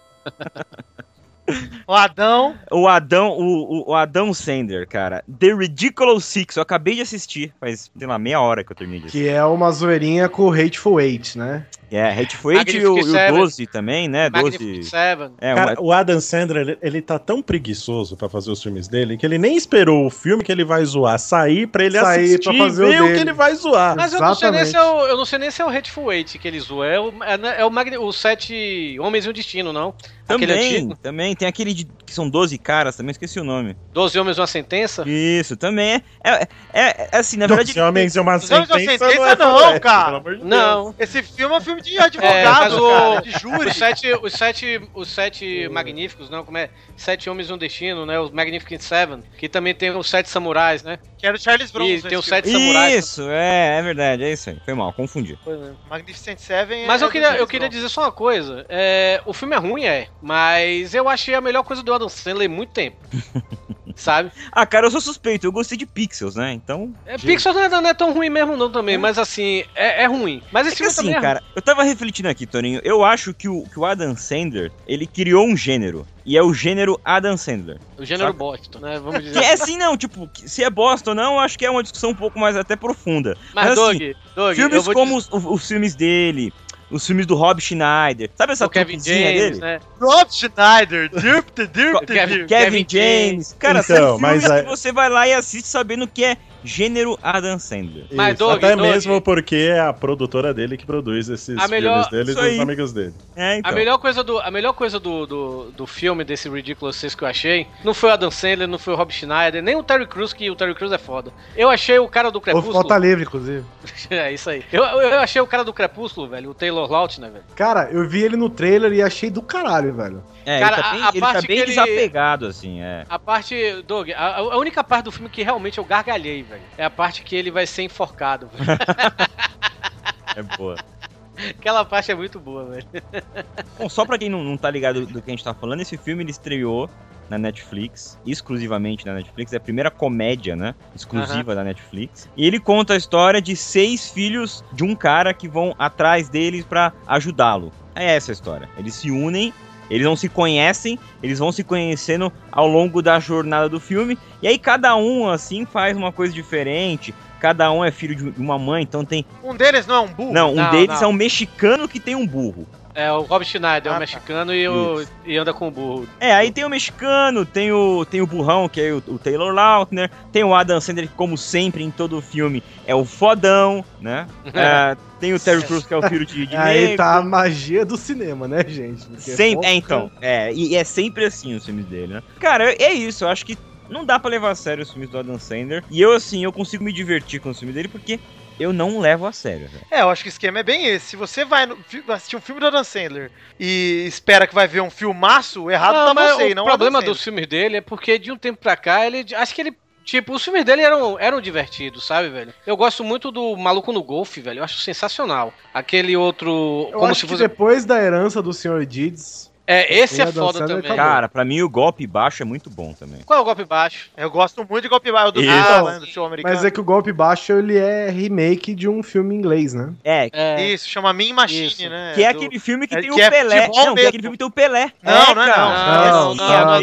D: O Adão.
E: o Adão, o, o- o Adão Sandler, cara. The Ridiculous Six, eu acabei de assistir, faz, sei lá, meia hora que eu terminei de assistir.
F: Que é uma zoeirinha com o Hateful Eight, né?
E: É, Hateful Eight e o,
C: Magnificent
E: e o
C: Seven.
E: 12 também, né? 12.
C: Magnificent Seven.
E: É,
B: Cara, o Adam Sandler, ele, ele tá tão preguiçoso pra fazer os filmes dele que ele nem esperou o filme que ele vai zoar sair pra ele
F: Sair
B: assistir
F: pra fazer
B: e
F: o
B: ver o,
F: dele.
B: que ele vai zoar.
C: Mas eu não, sei nem
F: Exatamente.
C: se é o, eu não sei nem se é o Hateful Eight que ele zoa. É o, é, né, é o, Magni- o Sete Homens e um Destino, não? Aquele
E: também,
C: antigo.
E: também. Tem aquele de- que são 12 caras também, esqueci o nome.
C: Doze Homens e uma Sentença?
E: Isso, também. É, é, é- é assim, na
B: Dois
E: verdade.
B: homens e uma
D: Dois homens e um
B: sentença, não,
D: uma
B: é
D: sentença não,
B: faroeste,
D: cara.
B: pelo amor de
C: Não.
D: Esse filme é um filme de
C: É, mas
D: advogado,
C: o-
D: cara, de júri.
C: Os sete, os sete, os sete magníficos, não, como é? Sete Homens e um Destino, né? Os Magnificent Seven, que também tem os Sete Samurais, né?
D: Que era o Charles Bronson.
C: E tem os
D: esse filme.
C: Sete Samurais. né?
E: Isso, é, é verdade, é isso aí. Foi mal, confundi.
C: Pois é.
D: Magnificent Seven.
C: Mas
D: é
C: eu
D: do
C: queria, eu
D: Charles
C: queria
D: Bronson.
C: dizer só uma coisa. É, o filme é ruim, é, mas eu achei a melhor coisa do Adam Sandler em muito tempo. Sabe?
E: Ah, cara, eu sou suspeito, eu gostei de Pixels, né? Então.
C: É, Pixar não é, não é tão ruim mesmo, não, também, mas assim, é, é ruim. Mas
E: É
C: esse
E: que
C: filme
E: assim,
C: também é
E: cara, eu tava refletindo aqui, Toninho. Eu acho que o, que o Adam Sandler, ele criou um gênero. E é o gênero Adam Sandler.
C: ruim. O gênero
E: saca?
C: bosta, né? Vamos
E: Que
C: dizer.
E: é assim, não, tipo, que- se é bosta ou não, eu acho que é uma discussão um pouco mais até profunda.
C: Mas,
E: assim,
C: Doug, Doug, eu
E: filmes
C: vou
E: como os, os- os filmes dele, os filmes do Rob Schneider,
C: dizer,
E: sabe essa
C: o Kevin James,
E: truquezinha
C: né?
D: Rob Schneider, Dirpt, Dirpt,
C: Kevin-
D: Dirpt.
E: Kevin,
C: Kevin
E: James. Cara,
B: Então,
E: são filmes
B: mas aí-
E: que você vai lá e assiste sabendo que é gênero Adam Sandler.
B: Deus.
C: Mas,
B: Isso,
C: Doug,
B: até
C: Doug.
B: mesmo porque é a produtora dele que produz esses
C: A melhor-
B: filmes
E: isso
B: dele e
E: aí.
B: dos amigos dele.
E: É, então.
C: A melhor coisa, do, a melhor coisa do, do, do filme, desse Ridiculous 6 que eu achei, não foi o Adam Sandler, não foi o Rob Schneider, nem o Terry Crews, que o Terry Crews é foda. Eu achei o cara do
E: É
F: Houve
C: Crepúsculo.
F: falta livre, inclusive.
C: é isso aí. Eu, eu eu achei o cara do Crepúsculo, velho, o Taylor Lautner, velho.
F: Cara, eu vi ele no trailer e achei do caralho, velho.
E: É,
C: Cara,
E: ele tá
C: a-
E: bem,
C: a
E: ele tá
C: parte
E: bem
C: que ele-
E: desapegado, assim, é.
C: A parte, Doug, a, a única parte do filme que realmente eu gargalhei, velho, é a parte que ele vai ser enforcado. velho.
E: É boa.
C: Aquela parte é muito boa, velho.
E: Bom, só pra quem não, não tá ligado do que a gente tá falando, esse filme ele estreou na Netflix, exclusivamente na Netflix, é a primeira comédia, né? Exclusiva da Netflix. E ele conta a história de seis filhos de um cara que vão atrás deles pra ajudá-lo. É essa a história. Eles se unem, eles não se conhecem, eles vão se conhecendo ao longo da jornada do filme. E aí cada um, assim, faz uma coisa diferente. Cada um é filho de uma mãe, então tem.
D: Um deles não é um burro?
E: Não, um
C: Não,
E: deles
C: não.
E: é um mexicano que tem um burro.
C: É, o Rob Schneider, é
D: Ah,
C: o
D: tá.
C: mexicano e, o, e anda com o burro.
E: É, aí tem o mexicano, tem o, tem o burrão, que é o, o Taylor Lautner, tem o Adam Sandler, que, como sempre em todo filme, é o fodão, né? É, tem o Terry Crews, que é o filho de, de
F: Aí
E: negro.
F: tá a magia do cinema, né, gente? Porque
E: Sem-
F: pouca-
E: é, então, é, e e é sempre assim os filmes dele, né? Cara, é isso, eu acho que não dá pra levar a sério os filmes do Adam Sandler, e eu, assim, eu consigo me divertir com os filmes dele, porque eu não levo a sério, velho.
D: É, eu acho que o esquema é bem esse. Se você vai no fi- assistir um filme do Adam Sandler e espera que vai ver um filmaço, errado tá
C: mas
D: você, e
C: o
D: não Adam
C: problema
D: Sandler.
C: dos filmes dele é porque de um tempo pra cá ele acho que ele tipo os filmes dele eram eram divertidos, sabe, velho? Eu gosto muito do Maluco no Golfe, velho. Eu acho sensacional. Aquele outro
F: Eu
C: como
F: acho
C: se
F: que
C: fosse
F: depois da herança do Sr. Deeds,
C: É, esse
F: o
C: é
F: Adam
C: foda
F: Sandler
C: também.
F: acabou.
E: Cara, pra mim o golpe baixo é muito bom também.
C: Qual é o golpe baixo?
D: Eu gosto muito de golpe baixo do
E: Isso.
D: Nolan, do show americano.
F: mas é que o Golpe Baixo, ele é remake de um filme inglês, né?
E: É,
C: É,
D: Isso, chama Mean Machine,
C: Isso.
D: né?
E: que é
D: do-
E: aquele filme que
D: é-
E: tem
D: que
E: o
D: é
E: Pelé.
D: futebol
E: Não, que é
D: mesmo.
E: aquele filme que tem o Pelé.
D: Não,
E: É,
D: não é
E: cara.
D: não.
C: Não,
F: Não, não, não, não,
E: não,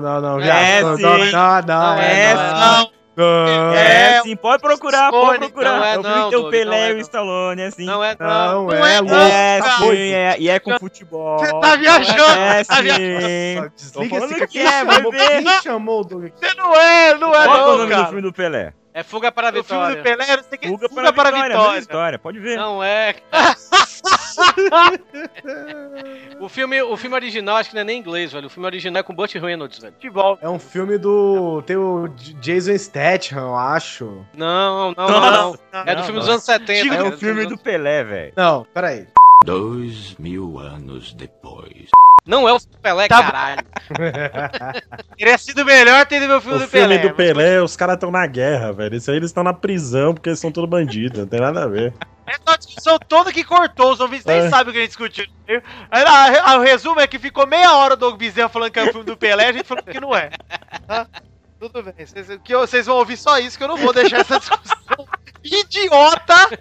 F: não, não, não,
E: É
F: viado,
E: sim.
F: não, não, não,
E: É
F: não, não,
E: É, sim, pode procurar, pode
D: Stallone,
E: procurar.
C: não é
E: é o filme
C: não,
E: que tem o
C: Doug,
E: Pelé
C: não é
E: e o
C: não.
E: Stallone, é assim.
C: Não é
F: não,
D: não é não,
F: é louco.
E: é,
D: cara.
E: sim, é, e é com futebol.
D: Você tá viajando,
E: É,
D: tá viajando.
E: sim. Tô
F: Desliga esse
E: falando que
F: capítulo,
E: é, vai ver.
F: quem chamou o Doug aqui?
D: Você não é, não é
E: Qual que é o
D: não,
E: nome do
D: cara.
E: filme do Pelé?
C: é fuga para a
D: O filme do
C: vitória.
D: Pelé, não sei o que.
E: Fuga, para, a vitória, mesma história, pode ver.
C: Não é. o filme, o filme original acho que não é nem inglês, velho. O filme original é com Burt Reynolds, velho.
D: Futebol.
F: É um filme do. Tem o J- Jason Statham, eu acho.
C: Não, não,
E: Nossa.
C: não. É do
E: Não,
C: filme dos
E: não.
C: anos 70.
E: É
C: velho.
E: o filme do Pelé, velho.
F: Não, peraí.
J: Dois mil anos depois.
C: Não é o Pelé,
D: Tá bom.
C: caralho.
D: Teria sido melhor ter ido ver o filme
B: O
D: do
B: filme
D: Pelé.
B: do Pelé, os caras estão na guerra, velho. Isso aí eles estão na prisão porque eles são tudo bandidos, não tem nada a ver.
D: É uma discussão toda que cortou, os ouvintes nem
B: É.
D: sabem o que a gente discutiu. Aí, a- a- o resumo é que ficou meia hora o Doug Bezerra falando que é o filme do Pelé, a gente falou que não é. Tá? Tudo bem, vocês, o que eu- vocês vão ouvir só isso, que eu não vou deixar essa discussão idiota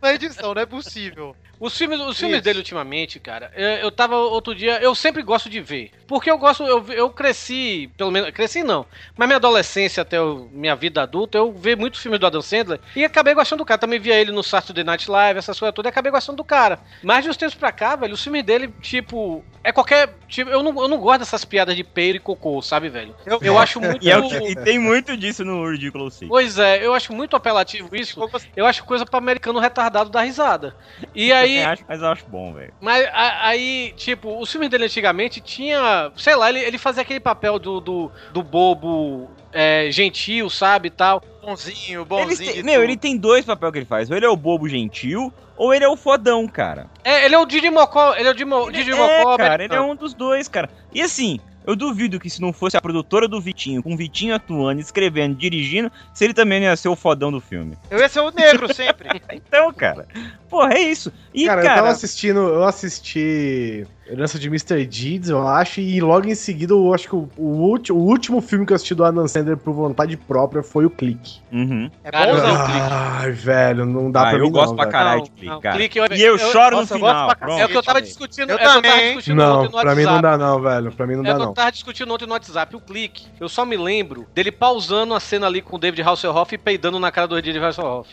D: na edição, não é possível.
C: Os filmes, os filmes dele ultimamente, cara, eu, eu tava outro dia, eu sempre gosto de ver. Porque eu gosto, eu, eu cresci, pelo menos, cresci não, mas minha adolescência até o- minha vida adulta, eu vi muitos filmes do Adam Sandler e acabei gostando do cara. Também via ele no Saturday Night Live, essas coisas todas, e acabei gostando do cara. Mas de uns tempos pra cá, velho, os filmes dele, tipo, é qualquer, tipo, eu não, eu não gosto dessas piadas de peiro e cocô, sabe, velho? Eu, eu acho muito...
E: E, é o que- e tem muito disso no Ridiculous Six.
C: Pois é, eu acho muito apelativo isso. Eu acho coisa pra americano retardado dar risada. E aí,
E: Eu acho- mas eu acho bom, velho.
C: mas a- aí, tipo, os filmes dele antigamente tinha. Sei lá, ele, ele fazia aquele papel do, do, do bobo é, gentil, sabe e tal.
D: Bonzinho,
E: Ele
D: bonzinho.
E: tem-
D: de
E: meu,
D: tudo.
E: ele tem dois papéis que ele faz. Ou ele é o bobo gentil, ou ele é o fodão, cara.
C: É, ele é o Didi Mocó. Ele é o Didi, Mo- Didi Mocó.
E: é, cara, ele é
C: americano.
E: um dos dois, cara. E assim, eu duvido que se não fosse a produtora do Vitinho, com o Vitinho atuando, escrevendo, dirigindo, se ele também não ia ser o fodão do filme.
D: Eu ia ser o negro sempre.
E: Então, cara, porra, é isso. E,
F: cara,
E: cara,
F: eu tava assistindo, eu assisti Herança de Mr. Deeds, eu acho, e logo em seguida, eu acho que o, o ulti- o último filme que eu assisti do Adam Sandler por vontade própria foi o Clique.
E: Uhum.
D: É
C: Cara,
D: bom não.
C: não. Clique.
F: Ai, velho, não dá
E: Ah,
F: pra
E: eu
F: mim
E: gosto
F: não,
E: pra
F: velho.
E: caralho
C: Não,
E: de clique,
C: não,
E: cara.
C: clique, eu-
E: e eu,
C: eu-
E: choro
D: nossa, eu
E: no
D: gosto
E: final.
D: pra
E: pronto.
C: É o que eu tava
D: Gente,
C: discutindo,
D: eu
C: é o que eu tava
D: também.
C: discutindo
F: Não,
C: ontem no
F: pra mim não
C: WhatsApp.
F: dá não, velho, pra mim não
C: é
F: dá
C: o que eu
F: não.
C: tava discutindo ontem no WhatsApp, o clique. Eu só me lembro dele pausando a cena ali com o David Hasselhoff e peidando na cara do David Hasselhoff.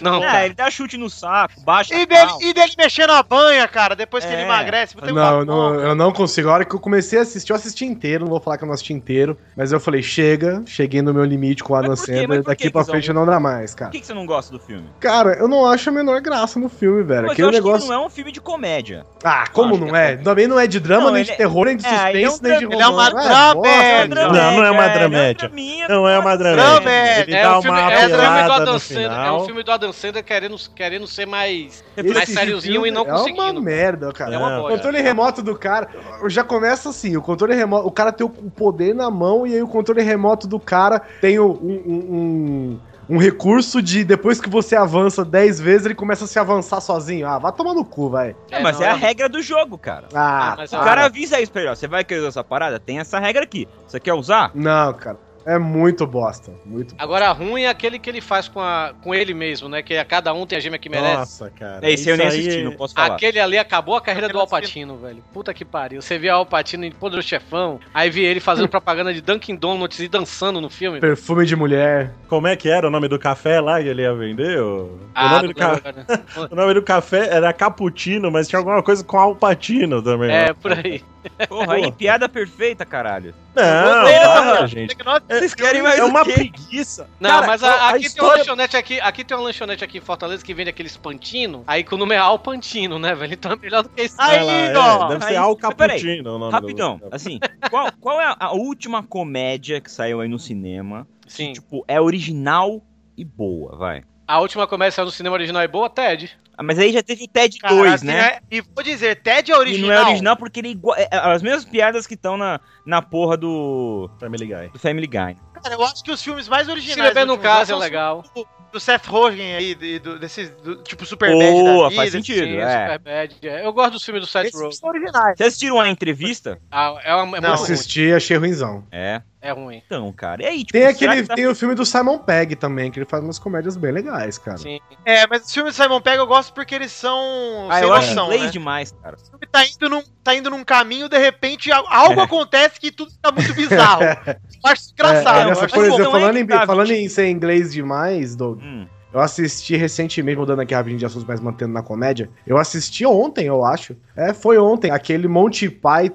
C: não,
E: É, ele dá chute no saco, baixa
D: E
E: a
D: dele,
E: calça.
D: e dele mexendo a banha, cara, depois que
E: É.
D: ele emagrece. Tem um
F: Não,
D: papão.
F: não, eu não consigo. A hora que eu comecei a assistir, eu assisti inteiro, não vou falar que eu não assisti inteiro, mas eu falei, chega, cheguei no meu limite com o
E: Mas
F: Adam
E: por quê? Mas
F: Sandler,
E: por
F: daqui
E: quê,
F: pra
E: Guizão?
F: frente não dá mais,
E: Por
F: cara.
E: que, que você não gosta do filme?
F: Cara, eu não acho a menor graça no filme, velho.
E: Mas eu
F: Aquele
E: acho
F: negócio.
E: que não é um filme de comédia.
F: Ah, como
E: Acho que um
F: não é? Também não é de drama,
E: Não,
F: nem
E: ele
F: de
E: é-
F: terror, nem de
E: é, ele é um
F: suspense, nem de
E: drama-
F: romance.
D: ele é uma
F: Ah,
D: dramédia.
F: bosta,
B: Não,
E: dramédia,
B: não é uma
E: velho,
B: dramédia.
E: draminha,
B: Não é uma
E: porra.
B: dramédia.
D: Dramédia.
B: Ele
E: um
B: dá uma
C: é o filme do
B: apelada
C: Adam
B: no
C: Sandler. É um
B: final.
C: filme do Adam Sandler querendo, querendo ser mais,
F: Esse
C: tá mais sériozinho
F: filme
C: e não conseguindo.
F: É uma merda, cara.
C: É uma
F: o
C: bosta.
F: controle remoto do cara. Já começa assim: o controle remoto. O cara tem o poder na mão e aí o controle remoto do cara tem o- um. um- um- um recurso de depois que você avança 10 vezes, ele começa a se avançar sozinho. Ah, vai tomar no cu, vai.
E: É, mas
C: não,
E: é a
C: é-
E: regra do jogo, cara.
F: Ah,
C: Ah, mas
E: O
C: Ah.
E: cara avisa isso pra ele, ó. Você vai querer usar essa parada? Tem essa regra aqui. Você quer usar?
F: Não, cara. É muito bosta. Muito bosta.
C: Agora, ruim é aquele que ele faz com, a, com ele mesmo, né? Que a cada um tem a gema que merece.
B: Nossa, cara.
E: É isso, eu nem assisti,
B: aí
E: não posso falar.
C: Aquele ali acabou a carreira do
D: Aquele
C: Alpatino, velho. Puta que pariu. Você via Alpatino em Poder do Chefão, aí via ele fazendo propaganda de Dunkin' Donuts e dançando no filme.
F: Perfume de mulher.
B: Como é que era o nome do café lá que ele ia vender? O, o
C: Ah,
B: nome, do ca-
C: cara.
B: o nome do café era Cappuccino, mas tinha alguma coisa com Alpatino também. né?
C: É,
B: ó.
C: por aí.
E: Porra, aí,
B: Porra.
E: piada perfeita, caralho.
B: Não,
E: Porra.
B: para, gente.
E: Vocês querem mais
B: É
E: o
B: uma
E: quê?
B: preguiça.
C: Não,
B: Cara,
C: mas a-
B: a
C: aqui, tem uma
B: história-
C: lanchonete aqui, aqui tem uma lanchonete aqui em Fortaleza que vende aqueles pantino. Aí que o nome é Alpantino, né, velho? Então é melhor do que esse.
D: Aí,
B: Ela é,
D: ó.
B: deve
E: Aí,
B: ser Al
E: mas peraí,
B: Cappuccino o nome
E: Rapidão,
B: do-
E: assim, qual, qual é a- a última comédia que saiu aí no cinema?
C: Sim.
E: Tipo, é original e boa, vai.
C: A última começa no cinema original é boa, Ted.
E: Ah, mas aí já teve o TED
D: Cara,
E: 2,
D: assim,
E: né?
D: é- E vou dizer, Ted é
E: E
D: original.
E: não é original porque ele é igual. é- é as mesmas piadas que estão na, na porra do,
B: Family Guy.
E: do Family Guy.
D: Cara, eu acho que os filmes mais
C: Se
D: originais.
C: beber
D: dos
C: no
D: últimos anos
C: caso é
D: são os
C: legal.
D: Do Seth Rogen aí, de- do- desses, do- tipo Superman
E: Boa,
D: da vida.
E: faz sentido.
C: Sim,
E: é.
C: Superbad, é. Eu gosto dos filmes do Seth
D: Esses
C: Rogen.
D: são originais.
E: Vocês assistiram a entrevista?
C: Ah, é, uma, é
D: Não,
C: muito ruim.
F: Assisti, achei ruimzão.
E: É.
C: É ruim.
E: Então, cara. E aí, tipo,
F: Tem,
E: será
F: aquele,
E: que tá-
F: tem o filme do Simon Pegg também, que ele faz umas comédias bem legais, cara.
C: Sim.
D: É, mas os filmes do Simon Pegg eu gosto porque eles são
E: Ah,
D: sem
E: eu acho
D: noção,
E: inglês
D: né?
E: demais, cara.
D: O filme tá indo, num, tá indo num caminho, de repente al-
F: É.
D: algo acontece que tudo tá muito bizarro. eu acho engraçado.
F: É,
E: eu
F: nessa,
E: acho
F: por
E: que
F: exemplo,
E: bom.
F: falando, em,
E: Então é que tá,
F: falando
E: gente.
F: em ser inglês demais, Doug,
E: Hum.
F: eu assisti recentemente, mudando aqui rapidinho de assuntos, mas mantendo na comédia. Eu assisti ontem, eu acho. É, foi ontem, aquele Monty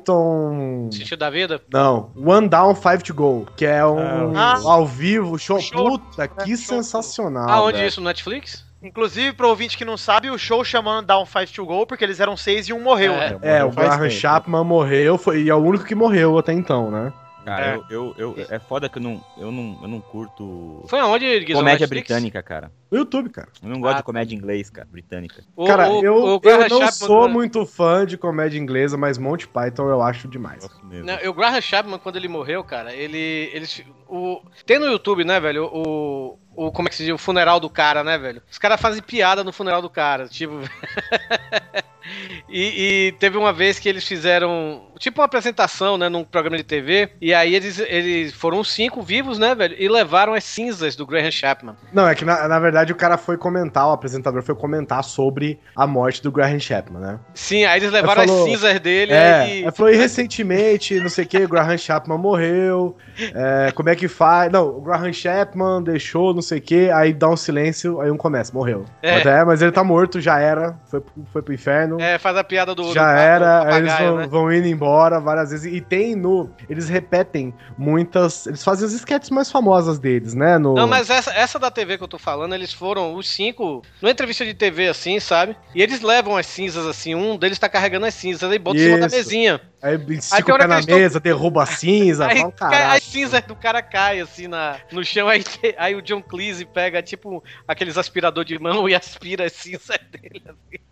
F: Python.
C: Sentido da vida?
F: Não, One Down, Five to Go, que é um
D: Ah, o-
F: ao vivo, show.
D: show.
F: Puta, que
D: show.
F: sensacional.
C: Aonde
F: velho.
C: isso? No Netflix?
D: Inclusive, pro ouvinte que não sabe, o show chamando Down 5 to Go, porque eles eram seis e um morreu.
C: É.
D: né?
F: É, o
B: Faz
F: Graham
B: tempo.
F: Chapman morreu, foi, e é o único que morreu até então, né?
E: Cara,
D: É.
E: Eu, eu, eu- é foda que eu não, eu não, eu não curto
C: Foi aonde, Guizão?
E: comédia
C: Netflix?
E: britânica, cara.
F: No YouTube, cara.
E: Eu não gosto
C: Ah,
E: de comédia inglês, cara, britânica.
C: O-
F: Cara,
C: o-
F: eu,
C: o
F: eu
C: Graham
F: não
C: Chapman-
F: sou muito fã de comédia inglesa, mas Monty Python eu acho
E: Eu
F: demais.
E: gosto mesmo.
C: Não, e o Graham Chapman, quando ele morreu, cara, ele. ele o, tem no YouTube, né, velho? O, o. Como é que se diz? O funeral do cara, né, velho? Os caras fazem piada no funeral do cara. Tipo. e, e teve uma vez que eles fizeram. tipo uma apresentação, né, num programa de TV. E aí eles, eles foram os cinco vivos, né, velho? E levaram as cinzas do Graham Chapman.
F: Não, é que na, na verdade o cara foi comentar, o apresentador foi comentar sobre a morte do Graham Chapman, né?
C: Sim, aí eles levaram
F: Ele falou-
C: as cinzas dele.
F: é,
C: aí-
F: aí falou, e recentemente, não sei o que, o Graham Chapman morreu, é, como é que faz? Não, o Graham Chapman deixou, não sei o que, aí dá um silêncio, aí um começa, morreu.
C: É.
F: Mas, é, mas ele tá morto, já era, foi, pro- foi pro inferno.
C: É, faz a piada do.
F: Já
C: do- do
F: era, aí eles
C: papagaio, né?
F: vão, vão indo embora várias vezes. E tem no. Eles repetem muitas. Eles fazem as esquetes mais famosas deles, né? No,
C: Não, mas essa, essa da TV que eu tô falando, eles foram os cinco, numa entrevista de TV assim, sabe? E eles levam as cinzas assim, um deles tá carregando as cinzas e bota em cima da
F: Isso.
C: mesinha.
F: Aí
C: tem
F: estica o
C: hora
F: pé
C: que
F: na
C: eles tão-
F: mesa, derruba a cinza,
C: Aí
F: fala,
C: cai-
F: caralho.
C: as cinzas do cara cai assim na, no chão, aí, aí o John Cleese pega tipo aqueles aspirador de mão e aspira as cinzas dele. assim.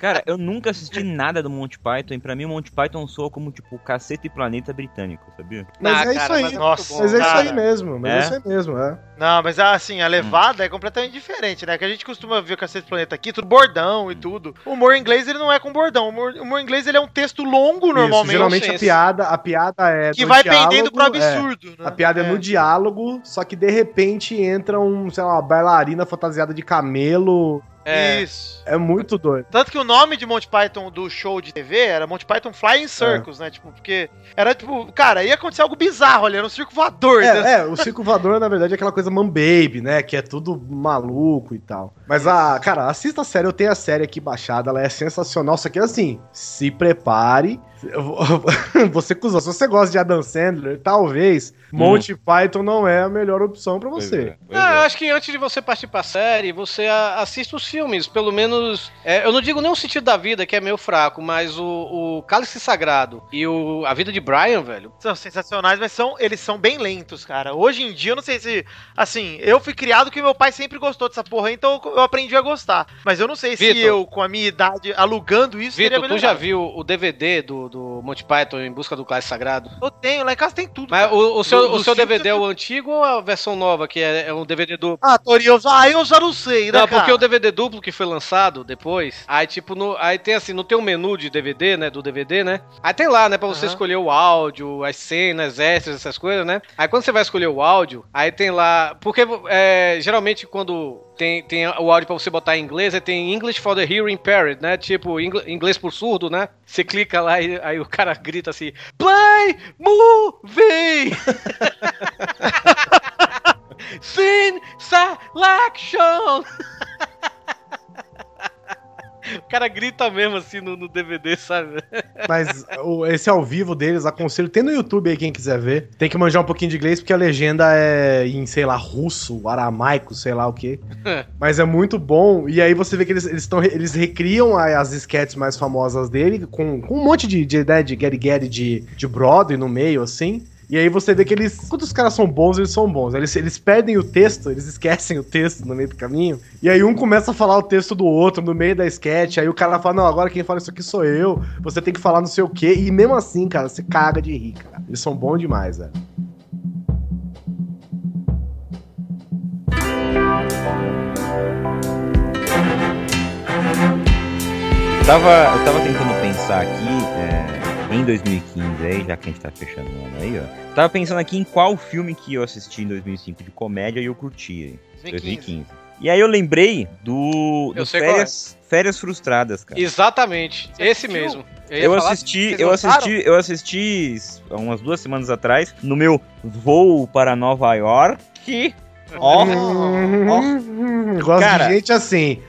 E: Cara, eu nunca assisti nada do Monty Python e pra mim o Monty Python soa como tipo cacete e planeta britânico, sabia?
F: Mas
C: Ah,
F: é isso
C: cara,
F: aí.
C: mas é muito
D: Nossa,
C: bom,
F: Mas é isso aí
D: cara.
F: mesmo, mas é,
E: É?
F: isso aí mesmo, é.
D: Não, mas assim, a levada é completamente diferente, né? Que a gente costuma ver o Cacete do Planeta aqui, tudo bordão e tudo. O humor inglês, ele não é com bordão. O humor, o humor inglês, ele é um texto longo,
F: Isso,
D: normalmente.
F: geralmente a
C: isso.
F: piada, a piada é.
D: que
F: no
D: vai
F: diálogo,
D: pendendo pro
F: é.
D: absurdo, né?
F: A piada é. no diálogo, só que de repente entra um, sei lá, uma bailarina fantasiada de camelo.
C: É.
D: Isso.
F: É muito doido.
D: Tanto que o nome de Monty Python do show de TV era Monty Python
F: É.
D: Flying Circus, né? Tipo, porque era tipo, cara, ia acontecer algo bizarro ali, era um circo voador, né?
F: É, é, o Circo Voador, na verdade, é aquela coisa man baby, né? Que é tudo maluco e tal. Mas, a, cara, assista a série. Eu tenho a série aqui baixada, ela é sensacional. Só que, assim, se prepare. Eu vou- Você cuzão, se você gosta de Adam Sandler, talvez Monty Python não é a melhor opção pra você.
E: Hum. Pois
C: Não, eu
E: é.
C: acho que antes de você partir pra série, você a- assiste os filmes, pelo menos. é, eu não digo nem o sentido da vida, que é meio fraco, mas o, o Cálice Sagrado e o, a vida de Brian, velho.
D: São sensacionais, mas são, eles são bem lentos, cara. Hoje em dia, eu não sei se. Assim, eu fui criado que meu pai sempre gostou dessa porra, então eu aprendi a gostar. Mas eu não sei se
C: Vitor.
D: eu, com a minha idade, alugando isso,
C: Vitor, tu
D: melhorado.
C: já viu o DVD do, do Monty Python em busca do Cálice Sagrado?
D: Eu tenho, lá em casa tem tudo.
C: Mas
D: cara.
C: o, o seu,
D: Do-
C: o
D: do
C: seu
D: cinco
C: DVD é
D: você-
C: o antigo ou a versão nova, que é, é um DVD duplo?
D: Ah, Tori, eu já, ah, eu já não sei, né?
C: Não, porque
D: cara?
C: o DVD duplo que foi lançado depois, aí tipo, no, aí tem assim, não tem um menu de DVD, né, do DVD, né? Aí tem lá, né, pra você
D: Aham.
C: escolher o áudio, as cenas, extras, essas coisas, né? Aí quando você vai escolher o áudio, aí tem lá, porque é, geralmente quando tem, tem o áudio pra você botar em inglês, aí tem English for the Hearing Impaired, né? Tipo, ingl- inglês por surdo, né? Você clica lá e aí o cara grita assim, Play Movie! Selection! O cara grita mesmo assim no, no DVD, sabe?
F: Mas o- esse ao vivo deles, aconselho. Tem no YouTube aí quem quiser ver. Tem que manjar um pouquinho de inglês, porque a legenda é em, sei lá, russo, aramaico, sei lá o quê. Mas é muito bom. E aí você vê que eles, eles, tão, re- eles recriam a- as sketches mais famosas dele, com, com um monte de, de ideia de Gary Gary de, de Broadway no meio, assim. E aí você vê que eles. Quando os caras são bons, eles são bons. Eles, eles perdem o texto, eles esquecem o texto no meio do caminho. E aí um começa a falar o texto do outro no meio da sketch. Aí o cara fala, não, agora quem fala isso aqui sou eu. Você tem que falar não sei o quê. E mesmo assim, cara, você caga de rir, cara. Eles são bons demais, velho.
E: Eu tava, eu tava tentando pensar aqui, é, em 2015 aí, já que a gente tá fechando o ano aí, ó. Tava pensando aqui em qual filme que eu assisti em 2005 de comédia e eu curti, em 2015. E aí eu lembrei do,
C: Eu
E: do
C: sei qual é.
E: férias, férias Frustradas, cara.
C: Exatamente, esse mesmo. ia
E: Eu
C: falar-
E: assisti,
C: vocês
E: eu
C: lançaram?
E: assisti, eu assisti há umas duas semanas atrás, no meu voo para Nova York. Ó, ó.
F: Hum, Gosto
E: Cara.
F: de gente assim.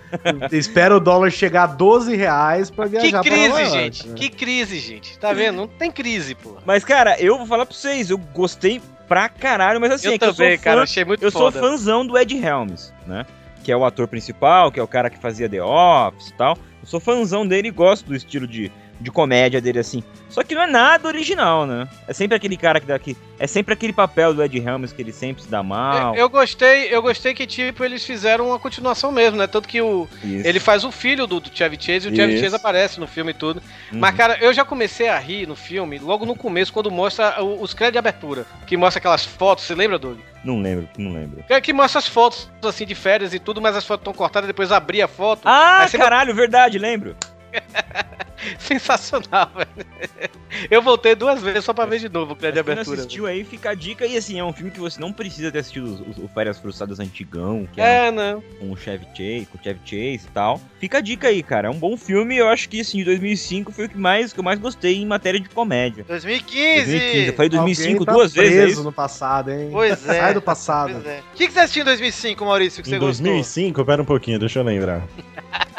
F: Espera o dólar chegar a 12 reais pra
C: Que
F: viajar pra Nova
C: crise,
F: York,
C: gente.
F: né?
C: Que crise, gente. Tá vendo? Não tem crise, pô.
E: Mas, cara, eu vou falar pra vocês, eu gostei pra caralho, mas assim,
C: eu
E: é que
C: também,
E: eu sou fã,
C: cara. Achei muito
E: eu sou
C: foda.
E: fãzão do Ed Helms, né? Que é o ator principal, que é o cara que fazia The Office e tal. Eu sou fãzão dele e gosto do estilo de, de comédia dele, assim. Só que não é nada original, né? É sempre aquele cara que daqui. É sempre aquele papel do Ed Helms que ele sempre se dá mal.
C: Eu, eu gostei, eu gostei que, tipo, eles fizeram uma continuação mesmo, né? Tanto que o,
E: Isso.
C: ele faz o filho do, do Chevy Chase e o Chevy
E: Isso.
C: Chase aparece no filme e tudo.
E: Uhum.
C: Mas, cara, eu já comecei a rir no filme logo no começo, quando mostra o- os créditos de abertura. Que mostra aquelas fotos, você lembra, Doug?
E: Não lembro, não lembro.
C: É Que, que mostra as fotos, assim, de férias e tudo, mas as fotos estão cortadas, depois abri a foto.
E: Ah,
C: Aí você-
E: caralho, verdade, lembro.
C: sensacional, velho. Eu voltei duas vezes só pra ver de novo o crédito de
E: Quem não
C: abertura. né?
E: assistiu aí, fica a dica. E assim, é um filme que você não precisa ter assistido os- os- o Férias Frustradas antigão, que é,
C: É, não.
E: com o Chevy Chase, com o Chevy Chase e tal. Fica a dica aí, cara. É um bom filme. Eu acho que, assim, de 2005 foi o que, mais, que eu mais gostei em matéria de comédia.
D: 2015!
E: 2015. Eu falei 2005
F: Alguém tá
E: duas vezes, é
F: preso
E: isso?
F: no passado, hein?
D: Pois é.
F: Sai do passado.
D: Pois é. O que, que você assistiu em 2005, Maurício, que você
B: Em 2005, pera um pouquinho, deixa eu lembrar.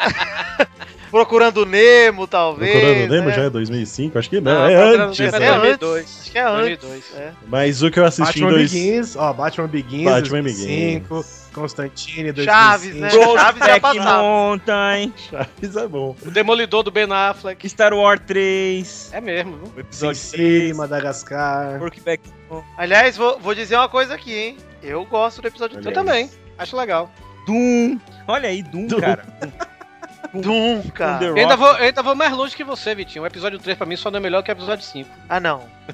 D: gostou? Procurando Nemo, talvez.
B: Procurando Nemo
D: né?
B: já é 2005? Acho que não,
C: Não,
B: é
C: Procurando
B: antes.
C: Nemo
D: Acho que
B: né?
D: é
C: Era
D: antes.
C: 2002.
D: Acho que é antes.
C: 2002.
D: é.
B: Mas o que eu assisti
F: Batman
B: em dois...
F: Begins, ó, Batman Begins,
B: Batman
F: 2005, Constantine, 2005.
D: Chaves, né? Chaves já
E: Brokeback
D: passava.
E: Mountain,
B: Chaves é bom.
C: O Demolidor do Ben Affleck.
E: Star Wars 3,
C: ah, É mesmo, viu?
E: o
F: Sin
E: episódio
F: City,
E: 3,
F: Madagascar.
E: Brokeback
D: Aliás, vou, vou dizer uma coisa aqui, hein? Eu gosto do episódio
B: Olha
C: Eu
B: aí.
D: 3.
C: também. Acho legal.
E: Doom. Olha aí, Doom,
B: Doom.
E: cara.
D: Doom,
E: Com The
D: cara.
C: Eu ainda,
E: Rock.
C: vou, eu ainda vou mais longe que você, Vitinho. O episódio 3 pra mim só não é melhor que o episódio 5.
D: Ah, não.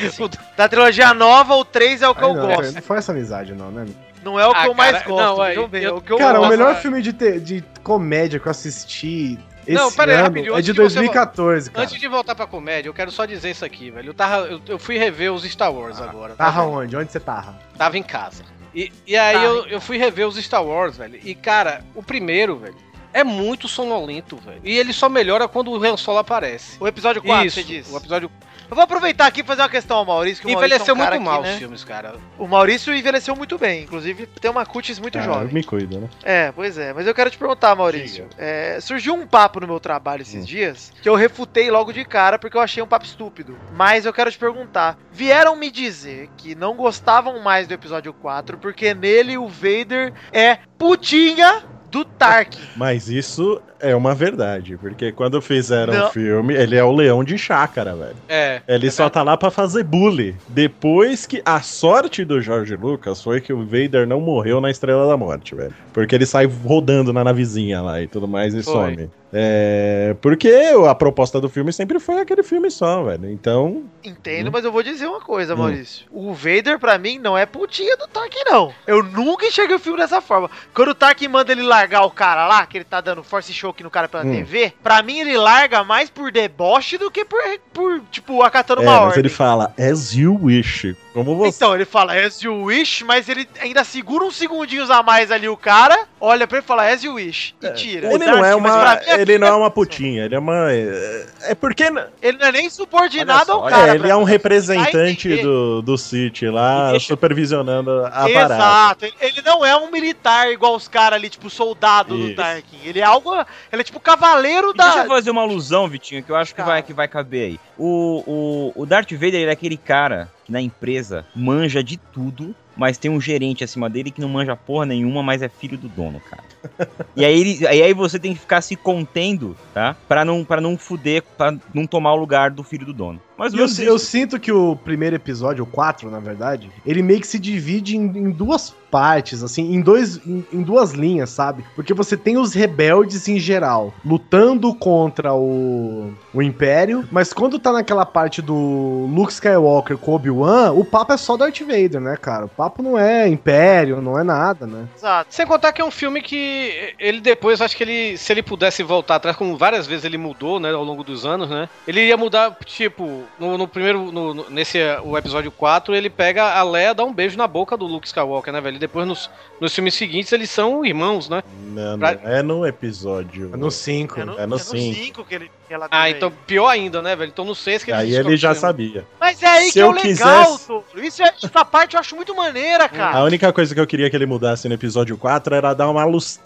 D: Não. Sim. Da trilogia nova, o 3 é o que
F: Ai,
D: eu
F: não,
D: gosto.
F: Não foi essa amizade, não, né?
D: Não é o que
C: Ah,
D: eu mais
C: cara,
D: gosto.
C: não, aí,
D: vejam bem,
C: eu-
D: é o que eu
F: Cara,
D: gosto.
F: o melhor
D: cara.
F: filme de, te- de comédia que eu assisti esse
C: Não, pera aí,
F: ano
C: rapidinho,
F: é
C: antes
F: de
C: de você-
F: 2014, cara.
C: Antes de voltar pra comédia, eu quero só dizer isso aqui, velho. Eu, tava, eu, eu fui rever os Star Wars
D: Ah,
C: agora. tá
F: Tarra
C: vendo?
F: onde? Onde você tarra?
C: Tava em casa. E, e aí
D: Tava
C: eu, eu fui rever os Star Wars, velho. E, cara, o primeiro, velho, é muito sonolento, velho. E ele só melhora quando o Han Solo aparece.
D: O episódio 4,
C: Isso,
D: você disse.
C: o episódio...
D: Eu vou aproveitar aqui e fazer uma questão ao Maurício, que o Maurício é
C: Envelheceu
D: um cara
C: muito mal
D: que,
C: os
D: né?
C: filmes, cara.
D: O Maurício envelheceu muito bem, inclusive tem uma cutis muito
B: Ah,
D: jovem.
B: me cuida, né?
D: É, pois é. Mas eu quero te perguntar, Maurício. é, surgiu um papo no meu trabalho
B: Hum.
D: esses dias que eu refutei logo de cara porque eu achei um papo estúpido. Mas eu quero te perguntar. Vieram me dizer que não gostavam mais do episódio 4 porque nele o Vader é putinha do Tark.
B: Mas isso é uma verdade, porque quando fizeram
D: Não.
B: o filme, ele é o leão de chácara, velho.
C: É.
B: Ele só tá lá pra fazer bully. Depois que a sorte do George Lucas foi que o Vader não morreu na Estrela da Morte, velho. Porque ele sai rodando na navezinha lá e tudo mais e
C: Foi.
B: some. É, porque a proposta do filme sempre foi aquele filme só, velho. Então,
D: Entendo,
B: Hum.
D: mas eu vou dizer uma coisa,
B: Hum.
D: Maurício. O Vader, pra mim, não é putinha do Tark, não. Eu nunca enxerguei o filme dessa forma. Quando o Tark manda ele largar o cara lá, que ele tá dando force choke no cara pela
B: Hum.
D: TV, pra mim ele larga mais por deboche do que por, por tipo, acatando
B: é,
D: uma
B: mas
D: ordem.
B: ele fala, as you wish. Como você.
D: Então, ele fala as you wish, mas ele ainda segura uns segundinhos a mais ali o cara, olha pra ele e fala as you wish e tira.
B: Ele não é
D: Mas pra
B: uma,
D: mim, é-
B: ele não é uma putinha, ele é uma é é porque
D: Ele não é nem subordinado
E: Olha só,
D: ao
E: olha,
D: cara.
B: é, ele é um
D: pra- Vai
B: representante
D: entender.
B: do, do City lá,
E: E deixa-
B: supervisionando a parada.
D: Exato, ele- ele não é um militar igual os caras ali, tipo soldado do
B: Isso.
D: Tarkin. Ele é algo. Ele é tipo cavaleiro
E: E Deixa eu
D: da.
E: fazer uma alusão, Vitinho, que eu acho que vai, que vai caber aí. O, o, o Darth Vader ele é aquele cara que na empresa manja de tudo, mas tem um gerente acima dele que não manja porra nenhuma, mas é filho do dono, cara. E aí, ele, aí aí você tem que ficar se contendo, tá? Pra não, pra não fuder, pra não tomar o lugar do filho do dono. Mas
F: E eu,
E: menos
F: eu sinto que o primeiro episódio, o 4, na verdade, ele meio que se divide em, em duas partes, assim, em, dois, em, em duas linhas, sabe? Porque você tem os rebeldes em geral, lutando contra o, o Império, mas quando tá naquela parte do Luke Skywalker com Obi-Wan, o papo é só Darth Vader, né, cara? O papo não é Império, não é nada, né?
D: Exato.
C: Sem contar que é um filme que ele depois, acho que ele, se ele pudesse voltar atrás, como várias vezes ele mudou, né, ao longo dos anos, né? Ele ia mudar, tipo, no, no primeiro, no, no- nesse eh, o episódio 4, ele pega a Leia, dá um beijo na boca do Luke Skywalker, né, velho? E depois nos, nos filmes seguintes eles são irmãos, né?
B: Não, não,
C: Pra-
B: é no episódio.
F: É no 5.
D: É no
B: É no cinco.
D: 5 que ele. que ela
C: Ah,
D: tem
C: então pior ainda, né, velho? Então não sei se que
B: Aí
C: descobrem
B: ele já
C: o filme.
B: sabia.
D: Mas é aí
B: se
D: que é o
B: eu
D: legal,
B: quisesse-
D: Tolo. Isso é- Essa parte eu acho muito maneira,
B: A
D: cara.
B: única coisa que eu queria que ele mudasse no episódio 4 era dar uma lustrada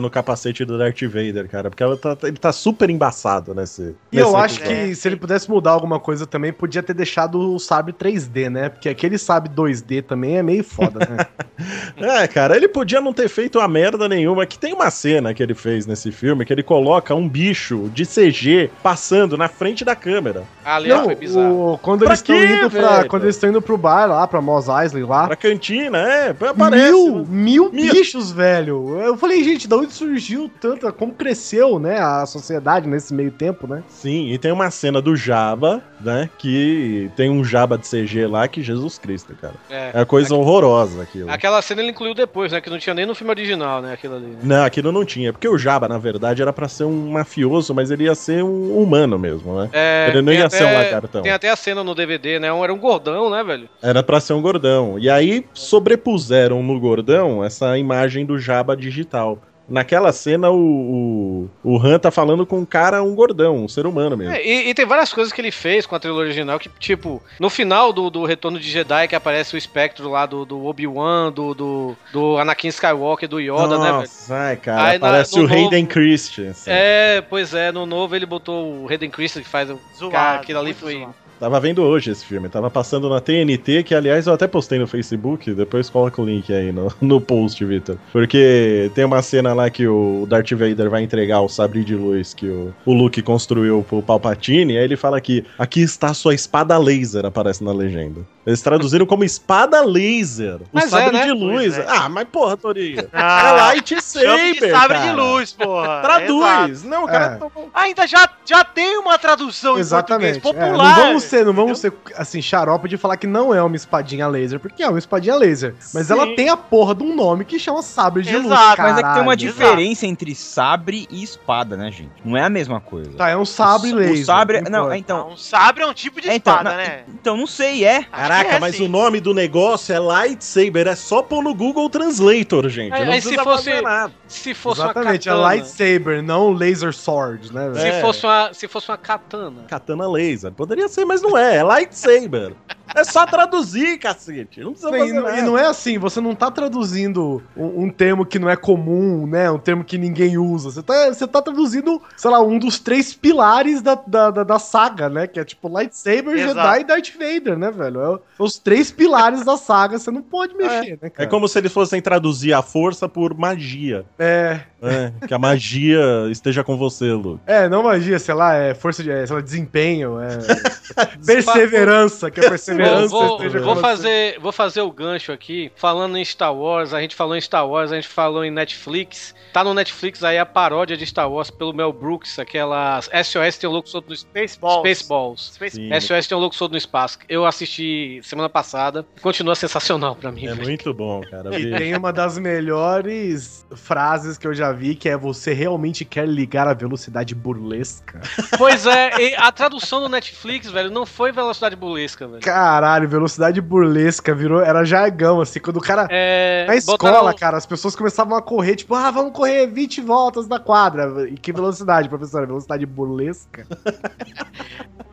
B: no capacete do Darth Vader, cara. Porque ela tá- ele tá super embaçado nesse.
F: E eu
B: nesse
F: acho
B: episódio.
F: que se ele pudesse mudar alguma coisa também, podia ter deixado o sabre 3D, né? Porque aquele sabre 2D também é meio foda, né?
B: É, cara, ele podia não ter feito a merda nenhuma. Que tem uma cena que ele fez nesse filme que ele coloca um bicho de CG passando na frente da câmera.
C: Ah, ali
F: Não,
C: foi bizarro.
F: o- quando,
B: Pra
F: eles estão
B: quê,
F: indo pra,
B: velho?
F: quando eles estão indo pro bar lá, pra Mos Eisley lá.
B: Pra cantina, é, aparece.
F: Mil, mil,
B: Mil.
F: bichos, velho. Eu falei, gente, da onde surgiu tanta. Como cresceu, né? A sociedade nesse meio tempo, né?
B: Sim, e tem uma cena do Jabba, né? Que tem um Jabba de CG lá que Jesus Cristo, cara.
C: É.
B: É uma coisa horrorosa aquilo.
C: Aquela cena ele incluiu depois, né? Que não tinha nem no filme original, né? Aquilo ali. né?
B: Não, aquilo não tinha. Porque o Jabba, na verdade, era pra ser um mafioso, mas ele ia ser um humano mesmo, né?
C: É,
B: Ele não
C: tem
B: ia ser um lagartão.
C: Tem até a cena no DVD, né? Um- Era um gordão, né, velho?
B: Era pra ser um gordão. E aí sobrepuseram no gordão essa imagem do Jabba digital. Naquela cena, o, o, o Han tá falando com um cara, um gordão, um ser humano mesmo.
C: É, e, e tem várias coisas que ele fez com a trilogia original que, tipo, no final do, do Retorno de Jedi, que aparece o espectro lá do, do Obi-Wan, do, do, do Anakin Skywalker, do Yoda, né, velho?
B: Nossa, ai, cara,
C: Aí na-
B: parece
C: no
B: o Hayden
C: novo-
B: Christensen.
C: É, pois é, no novo ele botou o Hayden Christensen que faz o
D: Zoado,
C: cara, aquilo ali
D: muito
C: foi
D: zoado.
B: Tava vendo hoje esse filme, tava passando na TNT, que aliás eu até postei no Facebook, depois coloca o link aí no, no post, Vitor. Porque tem uma cena lá que o Darth Vader vai entregar o sabre de luz que o, o Luke construiu pro Palpatine, e aí ele fala que aqui está a sua espada laser, aparece na legenda. Eles traduziram como espada laser, o
C: Mas é,
B: sabre
C: né?
B: de luz.
D: Pois é.
B: Ah, mas porra, Torinho. é
D: Ah, chama
B: lightsaber,
D: de sabre
B: cara.
D: de luz, porra. Exato.
B: Traduz. Não, o cara tá
F: É.
B: tomou-
D: Ainda já, já tem uma tradução em
F: Exatamente.
D: português
F: é.
D: popular.
F: não vamos ser, não vamos ser assim, xarope de falar que não é uma espadinha laser, porque é uma espadinha laser. Mas
B: Sim.
F: ela tem a porra de um nome que chama sabre de luz.
D: Exato,
F: Caralho.
D: mas
E: Mas é que tem uma
D: dif-
E: diferença entre sabre e espada, né, gente? Não é a mesma coisa.
F: Tá, é um sabre
E: O
F: laser.
E: sabre-
F: não
E: não,
F: importa.
E: então,
D: Um sabre é um tipo de
E: É, então,
D: espada,
E: na-
D: né?
E: então não sei, é.
B: Caraca,
D: É,
B: mas
D: sim.
B: o nome do negócio é lightsaber, é só pôr no Google Translator, gente.
C: É,
B: não
C: aí se
B: precisa
C: fosse-
B: fazer nada.
C: Se fosse
F: Exatamente, é
C: uma katana.
F: lightsaber, não laser sword, né? velho?
C: se,
B: É.
C: fosse uma, se fosse uma katana.
B: Katana laser. Poderia ser, mas não é. É lightsaber. é só traduzir, cacete. Não precisa
F: E,
B: fazer
F: não-
B: nada.
F: e não é assim, você não tá traduzindo um, um termo que não é comum, né? Um termo que ninguém usa. Você tá, você tá traduzindo, sei lá, um dos três pilares da, da, da, da saga, né? Que é tipo lightsaber,
D: Exato.
F: Jedi e Darth Vader, né, velho? É o- são os três pilares da saga, você não pode mexer, né,
B: É
F: cara?
B: como se eles fossem traduzir a força por magia.
F: É,
B: né? que a magia esteja com você, Lu.
F: é, não magia, sei lá, é força de é, sei lá, desempenho, é perseverança, que a perseverança
C: Vou, vou-
F: esteja com
C: vou
F: você.
C: fazer, vou fazer o gancho aqui, falando em Star Wars, a gente falou em Star Wars, a gente falou em Netflix. Tá no Netflix aí a paródia de Star Wars pelo Mel Brooks, aquela SOS tem um louco solto no espaço.
D: Spaceballs.
C: Spaceballs.
D: Space-
B: Sim.
C: SOS tem um louco solto no espaço. Eu assisti semana passada, continua sensacional pra mim.
B: É
C: velho.
B: muito bom, cara.
F: E
B: Vi.
F: tem uma das melhores frases que eu já vi, que é você realmente quer ligar a velocidade burlesca?
C: Pois é, e a tradução do Netflix, velho, não foi velocidade burlesca, velho.
F: Caralho, velocidade burlesca virou, era jargão, assim, quando o cara...
C: É,
F: Na escola,
C: botaram-
F: cara, as pessoas começavam a correr, tipo, ah, vamos correr 20 voltas na quadra. E que velocidade, professora? Velocidade burlesca?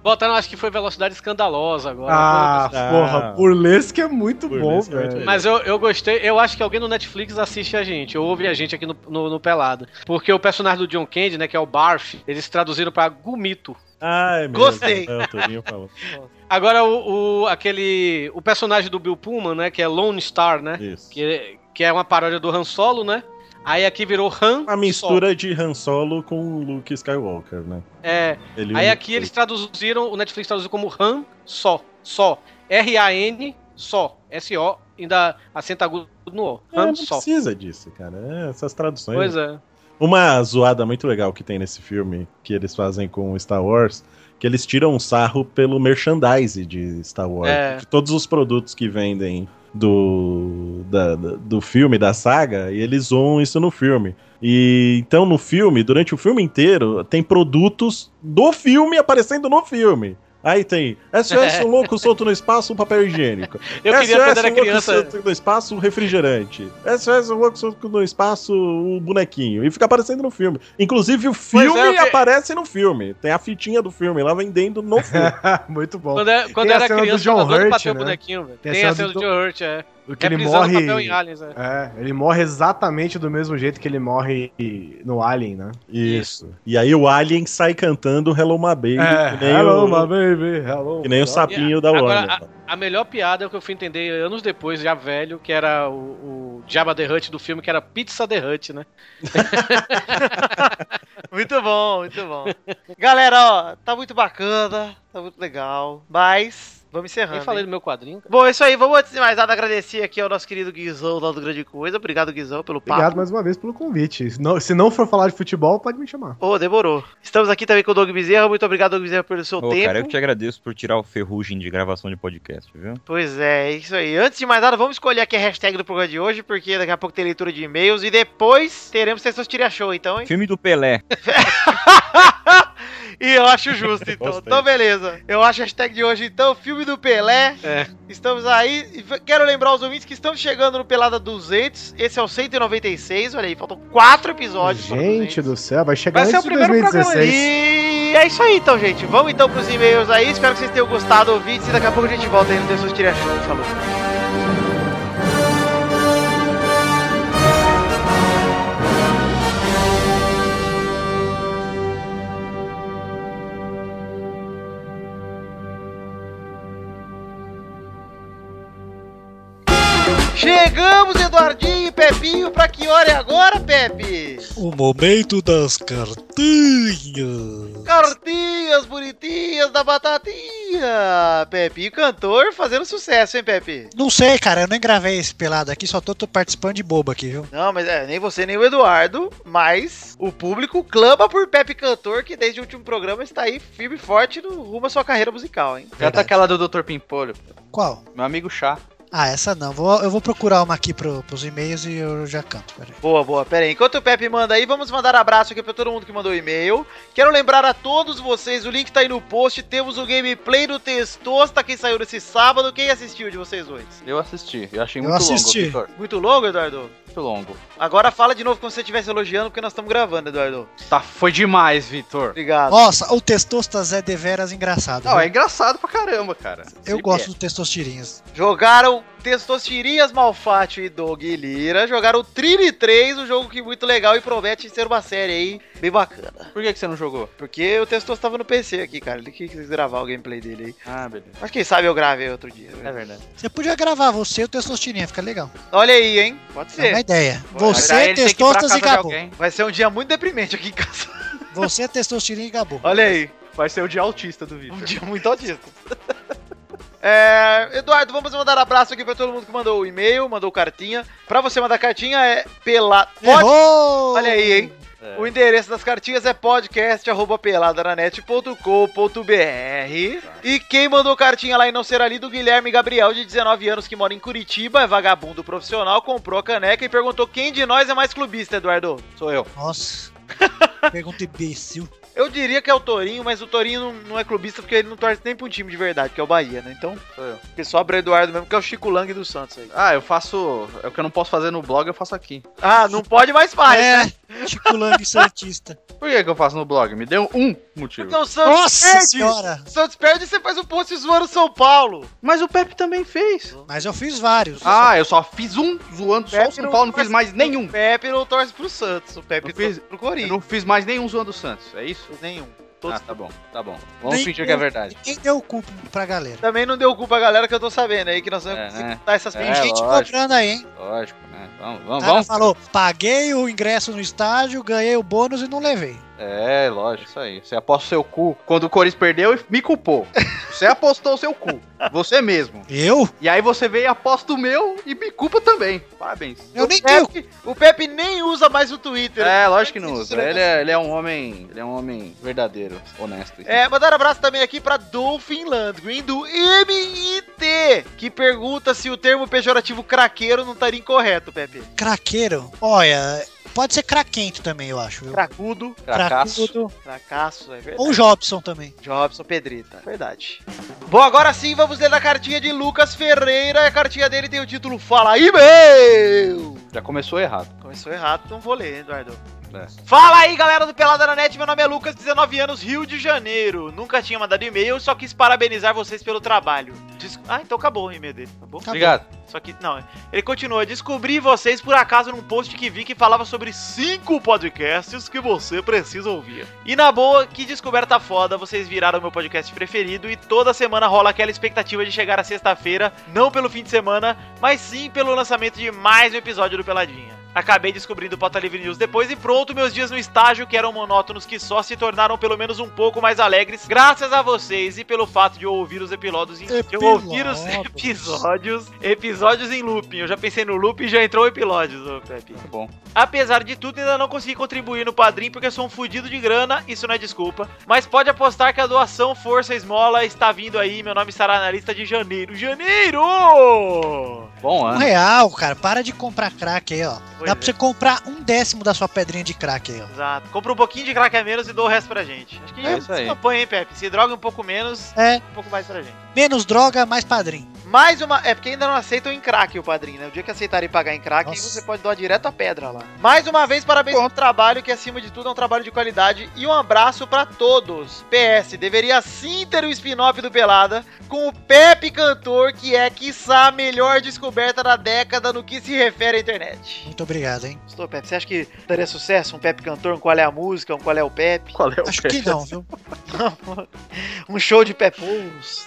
C: Botaram, acho que foi velocidade escandalosa agora.
F: Ah,
B: Ah.
F: porra, burlesca é muito
B: Burlesca é
F: bom,
B: muito
F: velho.
C: Mas eu, eu gostei, eu acho que alguém no Netflix assiste a gente, ou ouve a gente aqui no, no, no Pelada. Porque o personagem do John Candy, né, que é o Barf, eles traduziram pra Gumito.
B: Ai, meu
D: Gostei.
B: Deus, é, o Torinho falou.
C: Agora o, o- aquele o personagem do Bill Pullman, né, que é Lone Star, né,
B: Isso.
C: que, que é uma paródia do Han Solo, né? Aí aqui virou Han.
B: Uma mistura de Han Solo com Luke Skywalker, né?
C: Solo. É,
B: Ele
C: aí aqui eles traduziram, o Netflix traduziu como Han só, só, R A N só, S O, ainda acento agudo no O.
B: É,
C: Han
B: não
C: Ah, só.
B: precisa disso, cara. É, essas traduções.
C: Pois é.
B: Uma zoada muito legal que tem nesse filme, que eles fazem com o Star Wars, que eles tiram um sarro pelo merchandise de Star Wars.
C: É.
B: De todos os produtos que vendem do, da- da- do filme, da saga, e eles zoam isso no filme. E então no filme, durante o filme inteiro, tem produtos do filme aparecendo no filme. Aí tem SOS, um louco solto no espaço, um papel higiênico.
C: Eu queria
F: é
B: SOS,
C: quando era
B: um louco
C: criança.
B: solto no espaço, um refrigerante. SOS, um louco solto no espaço, um bonequinho. E fica aparecendo no filme. Inclusive, o filme
C: é, eu que-
B: aparece no filme. Tem a fitinha do filme lá vendendo no filme.
F: muito bom.
C: Quando, é- quando
F: Tem a
C: era
F: cena do
C: criança,
F: John
C: tava doido pra
F: Hurt,
C: ter o
F: né?
C: bonequinho, velho.
F: Tem
C: Tem,
F: a
C: a cena
F: cena do
C: do John Hurt, é.
F: que ele
C: Reprisando
F: morre...
C: papel em Aliens, é.
F: É, ele morre exatamente do mesmo jeito que ele morre no Alien, né?
B: Isso. E aí o Alien sai cantando Hello My Baby. que nem
F: É, hello,
B: o...
F: my baby, hello.
B: Que nem o sapinho da
C: Agora,
B: Warner.
C: A melhor piada é o que eu fui entender anos depois, já velho, que era o, o Jabba the Hutt do filme, que era Pizza the Hutt, né?
D: Muito bom, muito bom. Galera, ó, tá muito bacana, tá muito legal, mas Vamos encerrando.
C: Nem
D: hein?
C: falei do meu quadrinho.
D: Bom, é isso aí. Vamos antes de mais nada agradecer aqui ao nosso querido Guizão lá do Grande Coisa. Obrigado, Guizão, pelo papo.
F: Obrigado mais uma vez pelo convite. Se não, se não for falar de futebol, pode me chamar.
D: Ô, demorou. Estamos aqui também com o Doug Bezerra. Muito obrigado, Doug Bezerra, pelo seu
E: Ô,
D: tempo.
E: cara, eu que te agradeço por tirar o ferrugem de gravação de podcast, viu?
D: Pois é, é isso aí. Antes de mais nada, vamos escolher aqui a hashtag do programa de hoje, porque daqui a pouco tem leitura de e-mails e depois teremos sessões tiria show, então, hein?
E: Filme do Pelé.
D: E eu acho justo, então.
E: Gostei.
D: Então, beleza. Eu acho a hashtag de hoje, então, filme do Pelé.
C: É.
D: Estamos aí. E v- Quero lembrar aos ouvintes que estamos chegando no Pelada 200. Esse é o 196. Olha aí, faltam quatro episódios. para 200.
F: Gente do céu, vai chegar
C: Vai ser
F: antes
C: o
F: de
C: primeiro programa
F: 2016.
D: E é isso aí, então, gente. Vamos então pros e-mails aí. Espero que vocês tenham gostado, ouvintes. E daqui a pouco a gente volta aí no Deus Tira Show. Falou. Chegamos, Eduardinho e Pepinho. Pra que hora é agora, Pepe?
K: O momento das cartinhas.
D: Cartinhas bonitinhas da batatinha! Pepe, cantor fazendo sucesso, hein, Pepe?
K: Não sei, cara, eu nem gravei esse pelado aqui, só tô, tô participando de boba aqui, viu?
D: Não, mas é, nem você nem o Eduardo, mas o público clama por Pepe Cantor, que desde o último programa está aí firme e forte no rumo à sua carreira musical, hein?
K: Verdade.
L: Canta aquela do Dr. Pimpolho.
K: Qual?
L: tá Meu amigo Chá.
K: Ah, essa não. Vou, eu vou procurar uma aqui pro, pros e-mails e eu já canto. Peraí.
D: Boa, boa. Pera aí, enquanto o Pepe manda aí, vamos mandar abraço aqui pra todo mundo que mandou e-mail. Quero lembrar a todos vocês, o link tá aí no post, temos o gameplay do Testosta, quem saiu nesse sábado, quem assistiu de vocês dois?
L: Eu assisti. Eu achei
K: Eu
L: muito
K: assisti.
L: longo, Vitor.
D: Muito longo, Eduardo?
L: Muito longo.
D: Agora fala de novo como se você estivesse elogiando, porque nós estamos gravando, Eduardo.
L: Tá, foi demais, Vitor.
D: Obrigado.
K: Nossa, o Testostas é deveras engraçado.
L: Não,
K: viu?
L: é engraçado pra caramba, cara.
K: eu
L: Sempre
K: gosto
L: é.
K: do Testostirinhas.
D: Jogaram Testosterinhas, Malfátio e Doug e Lira. Jogaram Trini 3, um jogo que é muito legal e promete ser uma série aí bem bacana.
L: Por que, que você não jogou?
D: Porque o Testos estava no PC aqui, cara. Ele quis gravar o gameplay dele aí.
L: Ah, beleza.
D: Mas quem sabe eu gravei outro dia.
L: É verdade.
K: Você podia gravar você e o Testostirinha, fica legal.
D: Olha aí, hein? Pode
K: É uma
D: ser.
K: ideia.
L: Aí
K: Você,
L: ele tem que ir pra
K: Testostas e
L: casa de
K: Gabu.
L: alguém.
D: Vai ser um dia muito deprimente aqui em casa.
K: Você, é Testostirinha e Gabu.
D: Olha aí.
L: Vai ser o de autista do Vitor.
D: Um dia muito autista. É, Eduardo, vamos mandar abraço aqui pra todo mundo que mandou o e-mail, mandou cartinha. Pra você mandar cartinha é pela. Pode
K: Errou!
D: Olha aí, hein?
L: É.
D: O endereço das cartinhas é podcast.peladananet.com.br E quem mandou cartinha lá e não será lido, o Guilherme Gabriel, de 19 anos, que mora em Curitiba, é vagabundo profissional, comprou a caneca e perguntou quem de nós é mais clubista, Eduardo.
L: Sou eu.
K: Nossa. Pergunta imbecil.
D: Eu diria que é o Torinho, mas o Torinho não, não é clubista porque ele não torce nem pra um time de verdade, que é o Bahia, né? Então,
L: Sou eu.
D: porque sobra o Eduardo mesmo, que é o Chico Lang do Santos aí.
L: Ah, eu faço. É o que eu não posso fazer no blog, eu faço aqui.
D: Ah, não pode mais mais, né?
K: é, Chico Lang Santista.
L: Por que, que eu faço no blog? Me deu um motivo.
D: Porque Então, o Santos
K: Nossa
D: perde.
K: senhora!
D: O Santos perde e você faz um post zoando o São Paulo.
L: Mas o Pepe também fez.
K: Mas eu fiz vários.
L: Ah, eu só fiz um zoando só o São Paulo, não fiz mais nenhum.
D: O Pepe não torce pro Santos, o Pepe
L: Não fiz-
D: torce pro
L: Eu
D: Corinthians.
L: não fiz mais nenhum zoando o Santos, é isso?
D: Nenhum. Todos-
L: Ah, tá bom, tá bom. Vamos
K: Nem-
L: fingir que é verdade.
K: Ninguém deu o culpa pra galera.
D: Também não deu culpa a galera que eu tô sabendo aí, que nós vamos
L: É,
D: conseguir
L: né?
D: contar essas
L: É,
K: Tem
D: mentiras.
K: gente
L: lógico.
K: cobrando aí, hein?
L: Lógico, né? Vamos,
K: O
L: vamos,
K: cara
L: vamos.
K: falou, paguei o ingresso no estádio, ganhei o bônus e não levei.
L: É, lógico, isso aí. Você aposta o seu cu quando o Corinthians perdeu e me culpou. Você apostou o seu cu, você mesmo.
K: Eu?
L: E aí você veio e aposta o meu e me culpa também. Parabéns.
K: Eu nem
D: O
K: dei o
D: Pepe- O Pepe nem usa mais o Twitter.
L: É, lógico que não usa. Ele é, ele é um homem, ele é um homem verdadeiro, honesto.
D: É, mandar abraço também aqui pra Dolphin Landgren do MIT, que pergunta se o termo pejorativo craqueiro não estaria incorreto, Pepe.
K: craqueiro. Olha, pode ser craquento também, eu acho. Viu?
D: Cracudo,
L: Fracasso.
K: Cracudo.
D: cracasso, é verdade.
K: Ou Jobson também.
D: Jobson Pedrita, verdade. Bom, agora sim vamos ler a cartinha de Lucas Ferreira. A cartinha dele tem o título Fala aí, meu!
L: Já começou errado.
D: Começou errado, não vou ler, Eduardo.
L: É.
D: Fala aí, galera do Pelada na Net, meu nome é Lucas, 19 anos, Rio de Janeiro. Nunca tinha mandado e-mail, só quis parabenizar vocês pelo trabalho. Des- Ah, então acabou o e-mail dele, acabou?
L: Obrigado.
D: Só que, não, ele continua. Descobri vocês por acaso num post que vi que falava sobre cinco podcasts que você precisa ouvir. E na boa, que descoberta foda, vocês viraram meu podcast preferido e toda semana rola aquela expectativa de chegar à sexta-feira, não pelo fim de semana, mas sim pelo lançamento de mais um episódio do Peladinha.
M: Acabei descobrindo o Pauta Livre News depois e pronto, meus dias no estágio, que eram monótonos, que só se tornaram pelo menos um pouco mais alegres, graças a vocês e pelo fato de eu ouvir os episódios em... de eu ouvir os episódios, episódios em looping. Eu já pensei no looping e já entrou episódios, ô Pepe.
K: Tá
E: bom.
M: Apesar de tudo, ainda não consegui contribuir no Padrim porque sou um fudido de grana, isso não é desculpa. Mas pode apostar que a doação Força Esmola está vindo aí, meu nome estará na lista de janeiro. Janeiro!
E: Bom
K: Um real, cara. Para de comprar crack aí, ó.
M: Pois
K: Dá pra
M: é.
K: você comprar um décimo da sua pedrinha de crack aí, ó.
M: Exato. Compra um pouquinho de crack a menos e dou o resto pra gente. Acho que
K: É isso aí.
M: campanha, hein, Pepe? Se droga um pouco menos,
K: É.
M: um pouco mais pra gente.
K: Menos droga, mais padrinho.
D: Mais uma. É porque ainda não aceitam em crack o padrinho, né? O dia que aceitarem pagar em crack, você pode doar direto a pedra lá. Mais uma vez, parabéns pelo trabalho, que acima de tudo é um trabalho de qualidade. E um abraço pra todos. PS, deveria sim ter o spin-off do Pelada com o Pepe Cantor, que é, quiçá, a melhor descoberta da década no que se refere à internet.
K: Muito obrigado, hein?
D: Estou, Pepe. Você acha que daria sucesso um Pepe Cantor, um Qual é a Música, um Qual é o Pepe?
L: Qual é o
K: Acho que não, viu?
D: um show de Ah. Pepous.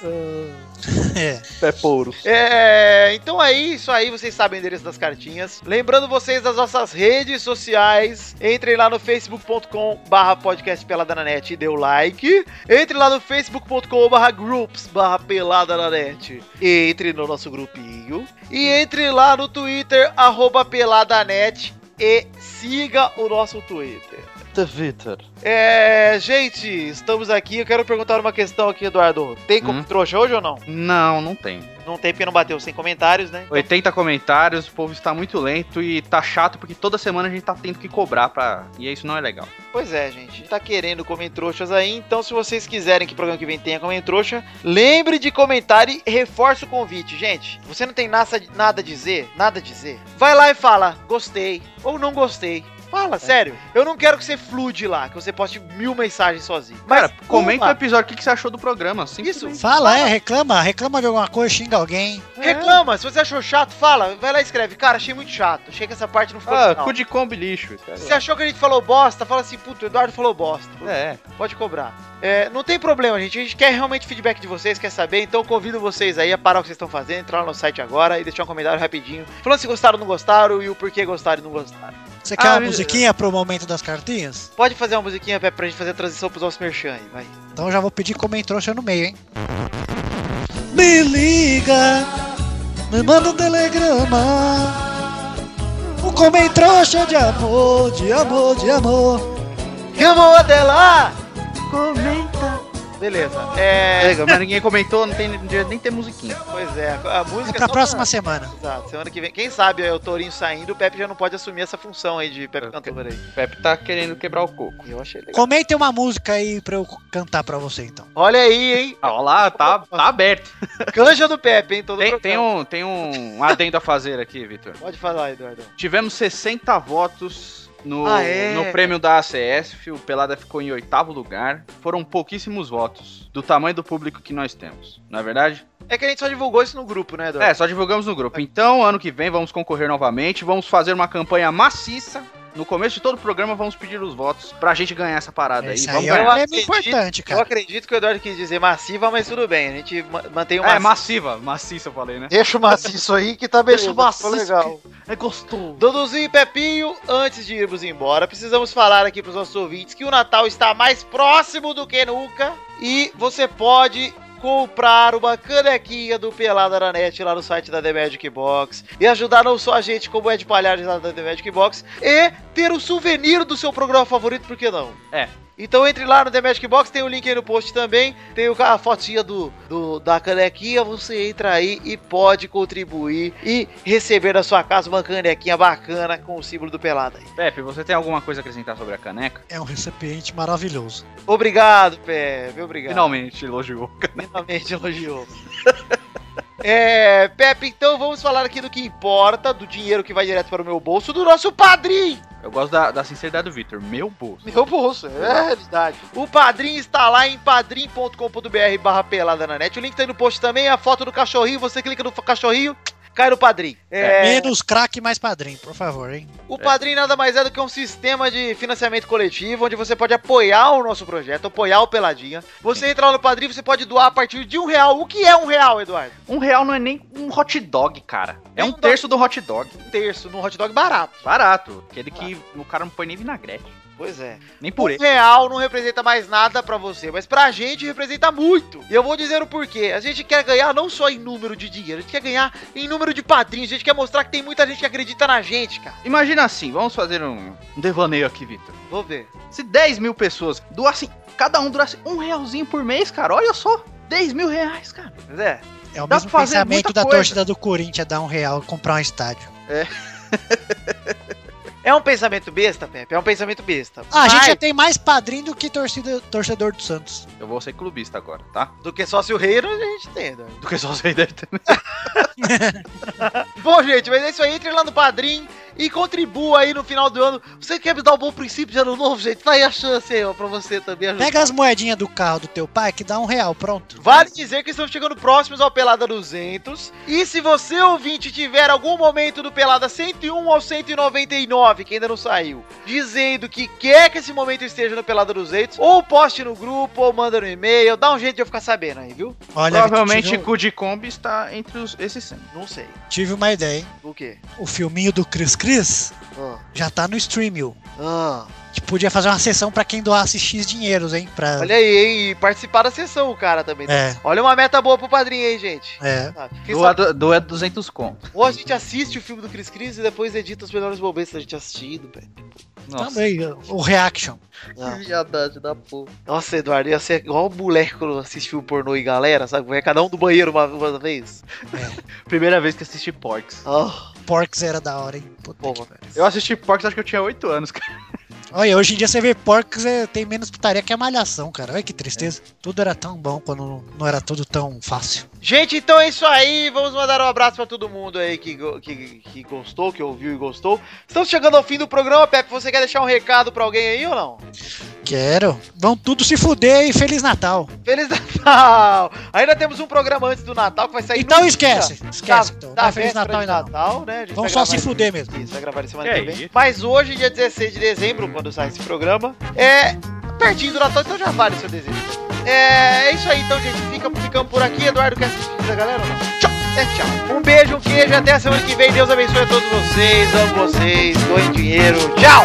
K: É.
L: É pouro.
D: É, então é isso aí, vocês sabem o endereço das cartinhas. Lembrando vocês das nossas redes sociais, entrem lá no facebook.com barra podcast pelada na net e dê o like. Entre lá no facebook.com barra groups barra pelada na net. E entre no nosso grupinho. E entre lá no twitter arroba peladanet e siga o nosso twitter.
L: Vitor.
D: É, gente, estamos aqui. Eu quero perguntar uma questão aqui, Eduardo. Tem como
L: Hum.
D: trouxa hoje ou não?
L: Não, não tem.
D: Não tem porque não bateu 100 comentários, né?
L: 80 comentários, o povo está muito lento e tá chato porque toda semana a gente tá tendo que cobrar pra. E isso não é legal.
D: Pois é, gente. A gente tá querendo comentroxas aí, então se vocês quiserem que o programa que vem tenha comentroxa, lembre de comentar e reforça o convite. Gente, você não tem nada, nada a dizer? Nada a dizer? Vai lá e fala, gostei ou não gostei.
L: É.
D: Fala, sério. Eu não quero que você flude lá, que você poste mil mensagens sozinho. Mas
L: Cara, comenta o
D: uma.
L: episódio, o que, que você achou do programa? Isso.
K: Fala, é, reclama, reclama de alguma coisa, xinga alguém.
D: Reclama, se você achou chato, fala, vai lá e escreve. Cara, achei muito chato, achei que essa parte não ficou
L: Ah,
D: legal.
L: cu de combo e lixo, cara.
D: Se achou que a gente falou bosta, fala assim, puto, o Eduardo falou bosta.
L: É.
D: Pode cobrar. É, não tem problema, gente. A gente quer realmente feedback de vocês, quer saber. Então eu convido vocês aí a parar o que vocês estão fazendo, entrar lá no site agora e deixar um comentário rapidinho. Falando se gostaram ou não gostaram e o porquê gostaram e não gostaram.
K: Você quer
D: Ah,
K: uma
D: me-
K: musiquinha pro momento das cartinhas?
D: Pode fazer uma musiquinha, Pepe, pra gente fazer a transição pros nossos merchan aí, vai.
K: Então já vou pedir comentrouxa no meio, hein? Me liga, me manda um telegrama. Um comentrouxa de amor, de amor, de amor.
D: Que amor dela! Comenta. Beleza. É.
L: Legal, mas ninguém comentou, não tem não devia nem ter musiquinha.
D: Pois é, a música.
K: É pra
D: só
K: próxima semana.
D: Exato, semana que vem. Quem sabe aí o Tourinho saindo, o Pepe já não pode assumir essa função aí de Pepe cantor aí.
L: Pepe tá querendo quebrar o coco.
D: Eu achei legal.
K: Comentem uma música aí pra eu cantar pra você, então.
D: Olha aí, hein?
L: Ah, olha lá, tá, tá aberto.
D: Canja do Pepe, hein? Todo
L: tem, tem um Tem um adendo a fazer aqui, Vitor.
D: Pode falar, Eduardo.
L: Tivemos 60 votos no,
D: Ah, é?
L: no prêmio da ACS. O Pelada ficou em oitavo lugar. Foram pouquíssimos votos do tamanho do público que nós temos, não é verdade?
D: É que a gente só divulgou isso no grupo, né, Eduardo?
L: É, só divulgamos no grupo. Então, ano que vem, vamos concorrer novamente. Vamos fazer uma campanha maciça. No começo de todo o programa, vamos pedir os votos pra gente ganhar essa parada aí.
K: Isso
L: Vamos
K: aí é um
L: ganhar.
K: prêmio importante,
D: Eu
K: cara.
D: acredito que o Eduardo quis dizer massiva, mas tudo bem, a gente ma- mantém o
L: É,
D: maciço.
L: massiva. Maciça, eu falei, né?
D: Deixa o maciço aí que tá
L: Deixa
D: beleza,
L: o maciço
D: ficou legal.
L: É gostoso.
D: Duduzinho e Pepinho, antes de irmos embora, precisamos falar aqui pros nossos ouvintes que o Natal está mais próximo do que nunca e você pode comprar uma canequinha do Pelada na Net lá no site da The Magic Box e ajudar não só a gente como é de Palhares lá da The Magic Box e ter o souvenir do seu programa favorito, por que não?
L: É.
D: Então entre lá no The Magic Box, tem o link aí no post também, tem o- a fotinha do, do- da canequinha, você entra aí e pode contribuir e receber na sua casa uma canequinha bacana com o símbolo do Pelada aí.
L: Pepe, você tem alguma coisa a acrescentar sobre a caneca?
K: É um recipiente maravilhoso.
D: Obrigado, Pepe, obrigado.
L: Finalmente elogiou.
D: Finalmente elogiou. É, Pepe, então vamos falar aqui do que importa, do dinheiro que vai direto para o meu bolso, do nosso padrinho.
L: Eu gosto da, da sinceridade do Vitor. Meu bolso.
D: Meu bolso, é a realidade. O padrinho está lá em padrim.com.br barra pelada na net. O link tá aí no post também, a foto do cachorrinho, você clica no fo- cachorrinho, cai no padrinho. É,
K: Menos craque, mais padrinho, por favor, hein?
D: O padrinho nada mais é do que um sistema de financiamento coletivo onde você pode apoiar o nosso projeto, apoiar o Peladinha. Você entra lá no padrinho, você pode doar a partir de um real. O que é um real, Eduardo?
L: Um real não é nem um hot dog, cara. É um terço do hot dog.
D: Um terço, num hot dog barato.
L: Barato. Aquele que o cara não põe nem vinagrete.
D: Pois é.
L: Nem
D: Um
L: purê.
D: real não representa mais nada pra você, mas pra gente representa muito. E eu vou dizer o porquê. A gente quer ganhar não só em número de dinheiro, a gente quer ganhar em número de padrinhos. A gente quer mostrar que tem muita gente que acredita na gente, cara.
L: Imagina assim, vamos fazer um, um devaneio aqui, Vitor.
D: Vou ver.
L: Se 10 mil pessoas doassem, cada um doasse um realzinho por mês, cara, olha só. 10 mil reais, cara.
D: Pois é.
K: É o
L: Dá
K: mesmo
L: pra fazer
K: pensamento
L: muita
K: da
L: coisa.
K: torcida do Corinthians dar um real e comprar um estádio.
D: É um pensamento besta, Pepe. É um pensamento besta.
K: Ah, a gente
D: Mas-
K: já tem mais padrinho do que torcida, torcedor do Santos.
L: Eu vou ser clubista agora, tá?
D: Do que sócio reiro a gente tem, né? Eduardo.
L: Do que só você deve ter.
D: Bom, gente, mas é isso aí. Entre lá no Padrim e contribua aí no final do ano. Você quer me dar um bom princípio de ano novo, gente? Tá aí a chance aí, ó, pra você também ajudar.
K: Pega as moedinhas do carro do teu pai que dá um real, pronto.
D: Vale dizer que estamos chegando próximos ao Pelada 200. E se você, ouvinte, tiver algum momento do Pelada 101 ao 199, que ainda não saiu, dizendo que quer que esse momento esteja no Pelada 200, ou poste no grupo, ou manda no e-mail, dá um jeito de eu ficar sabendo aí, viu?
K: Olha,
L: Provavelmente
K: Vitor,
L: Good Kombi está entre os, esses 100.
D: Não sei.
K: tive, tive uma ideia, hein?
D: O quê?
K: O filminho do Cris Cris
D: Ah,
K: já tá no Streamio.
D: ah.
K: A gente podia fazer uma sessão pra quem doasse X dinheiros, hein? Pra...
D: Olha aí, hein? E participar da sessão, o cara também.
K: É.
D: Olha uma meta boa pro padrinho aí, gente.
K: É.
D: Sabe? Quem
L: Doa,
D: sabe-
L: do- doa 200 conto.
D: Ou a gente assiste o filme do Chris Cris e depois edita os melhores momentos da gente assistindo, velho.
K: Também, o reaction.
D: Ah.
L: viadade da porra.
D: Nossa, Eduardo, ia ser igual o moleque quando assiste filme pornô e galera, sabe? Vai cada um do banheiro uma, uma vez.
L: É. Primeira vez que assisti Porks.
D: Ah,
K: Porks era da hora, hein? Puta
D: Pô,
K: que pariu.
L: Eu assisti Porks acho que eu tinha 8 anos, cara.
K: Olha, hoje em dia você vê Porks é, tem menos putaria que a malhação, cara. Olha que
D: É.
K: tristeza. Tudo era tão bom quando não era tudo tão fácil.
D: Gente, então é isso aí. Vamos mandar um abraço pra todo mundo aí que, go- que, que gostou, que ouviu e gostou. Estamos chegando ao fim do programa, Pepe. Você quer deixar um recado pra alguém aí ou não?
K: Quero. Vão tudo se fuder e Feliz Natal.
D: Feliz Natal! Ainda temos um programa antes do Natal que vai sair
K: Então
D: no
K: esquece,
D: dia
K: esquece,
D: da-
K: então.
D: Da,
K: Não é
D: Feliz
K: Feliz
D: Natal,
K: Natal
D: de
K: ainda não.
D: Natal, né? A gente
K: Vão
D: vai
K: só
D: gravar
K: se
D: isso-
K: fuder mesmo.
D: Isso, vai gravar isso semana
M: Que
D: que
M: é
D: vem.
M: isso?
D: Mas hoje, dia 16 de dezembro, quando sai esse programa, é pertinho do Natal, então já vale o seu desejo. É, é isso aí, então, gente. Fica, ficamos por aqui. Eduardo, quer assistir da galera ou não? Tchau! É tchau. Um beijo, um queijo, até a semana que vem. Deus abençoe a todos vocês. Amo vocês. Doem dinheiro. Tchau!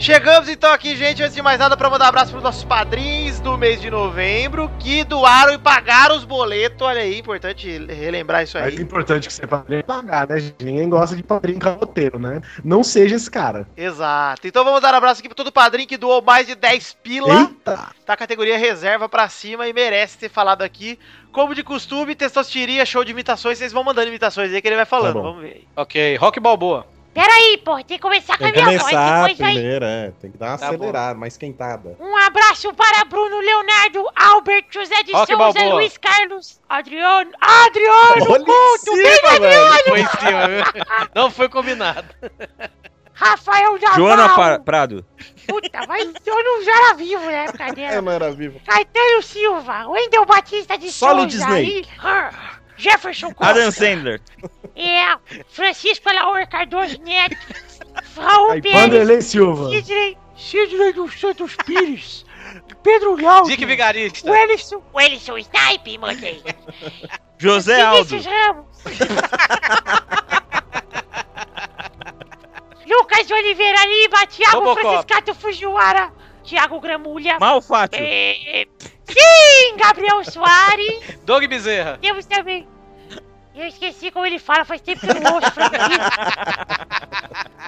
D: Chegamos então aqui, gente. Antes de mais nada, para mandar um abraço para nossos padrinhos do mês de novembro que doaram e pagaram os boletos. Olha aí, importante relembrar isso
F: Mas é
D: aí.
F: importante que você padrinho pagar, né, gente? Ninguém gosta de padrinho caloteiro, né? Não seja esse cara.
D: Exato. Então vamos dar um abraço aqui para todo padrinho que doou mais de 10 pila.
F: Eita!
D: Tá categoria reserva pra cima e merece ser falado aqui. Como de costume, testosteria, show de imitações. Vocês vão mandando imitações aí que ele vai falando.
F: Tá
B: bom.
D: Vamos ver aí.
C: Ok, Rock Balboa.
N: Peraí, pô, tem que
O: Tá
N: começar com a
B: Tem que
N: minha voz,
B: começar
N: depois vai.
B: primeiro, é. Tem que dar uma
C: Tá bom.
B: acelerada, mais esquentada.
N: Um abraço para Bruno Leonardo, Albert, José de
B: Rock
N: Souza,
B: Balboa.
N: Luiz Carlos, Adriano, Adriano
B: Olha em
N: Couto, é
B: cima,
N: bem Adriano,
C: Foi em cima, viu? Não foi combinado.
N: Rafael Naval,
E: Joana Pa- Prado.
N: puta, mas eu não já era vivo na época
B: Eu
N: dela,
B: não era vivo.
N: Caetano Silva, Wendel Batista de
E: Solo
N: Souza,
E: Disney.
N: e- Ah, Jefferson
E: Adam Sandler.
N: é, Francisco Alaor Cardoso Neto, Raul
F: Aí,
N: Pérez,
F: Vanderlei Silva.
N: Sidney, Sidney dos Santos Pires, Pedro Lauro,
C: Dick Vigarista.
N: O Ellison, o Ellison Snipe, mandei.
E: José Aldo.
N: Vinícius Ramos. Lucas Oliveira Lima, Thiago
E: Robocop.
N: Franciscato Fujiwara, Thiago Gramulha.
E: Malfátio.
N: eh, sim, Gabriel Soares.
C: Doug Bezerra.
N: Temos também
O: Eu esqueci como ele fala, faz tempo que eu não ouço franquia.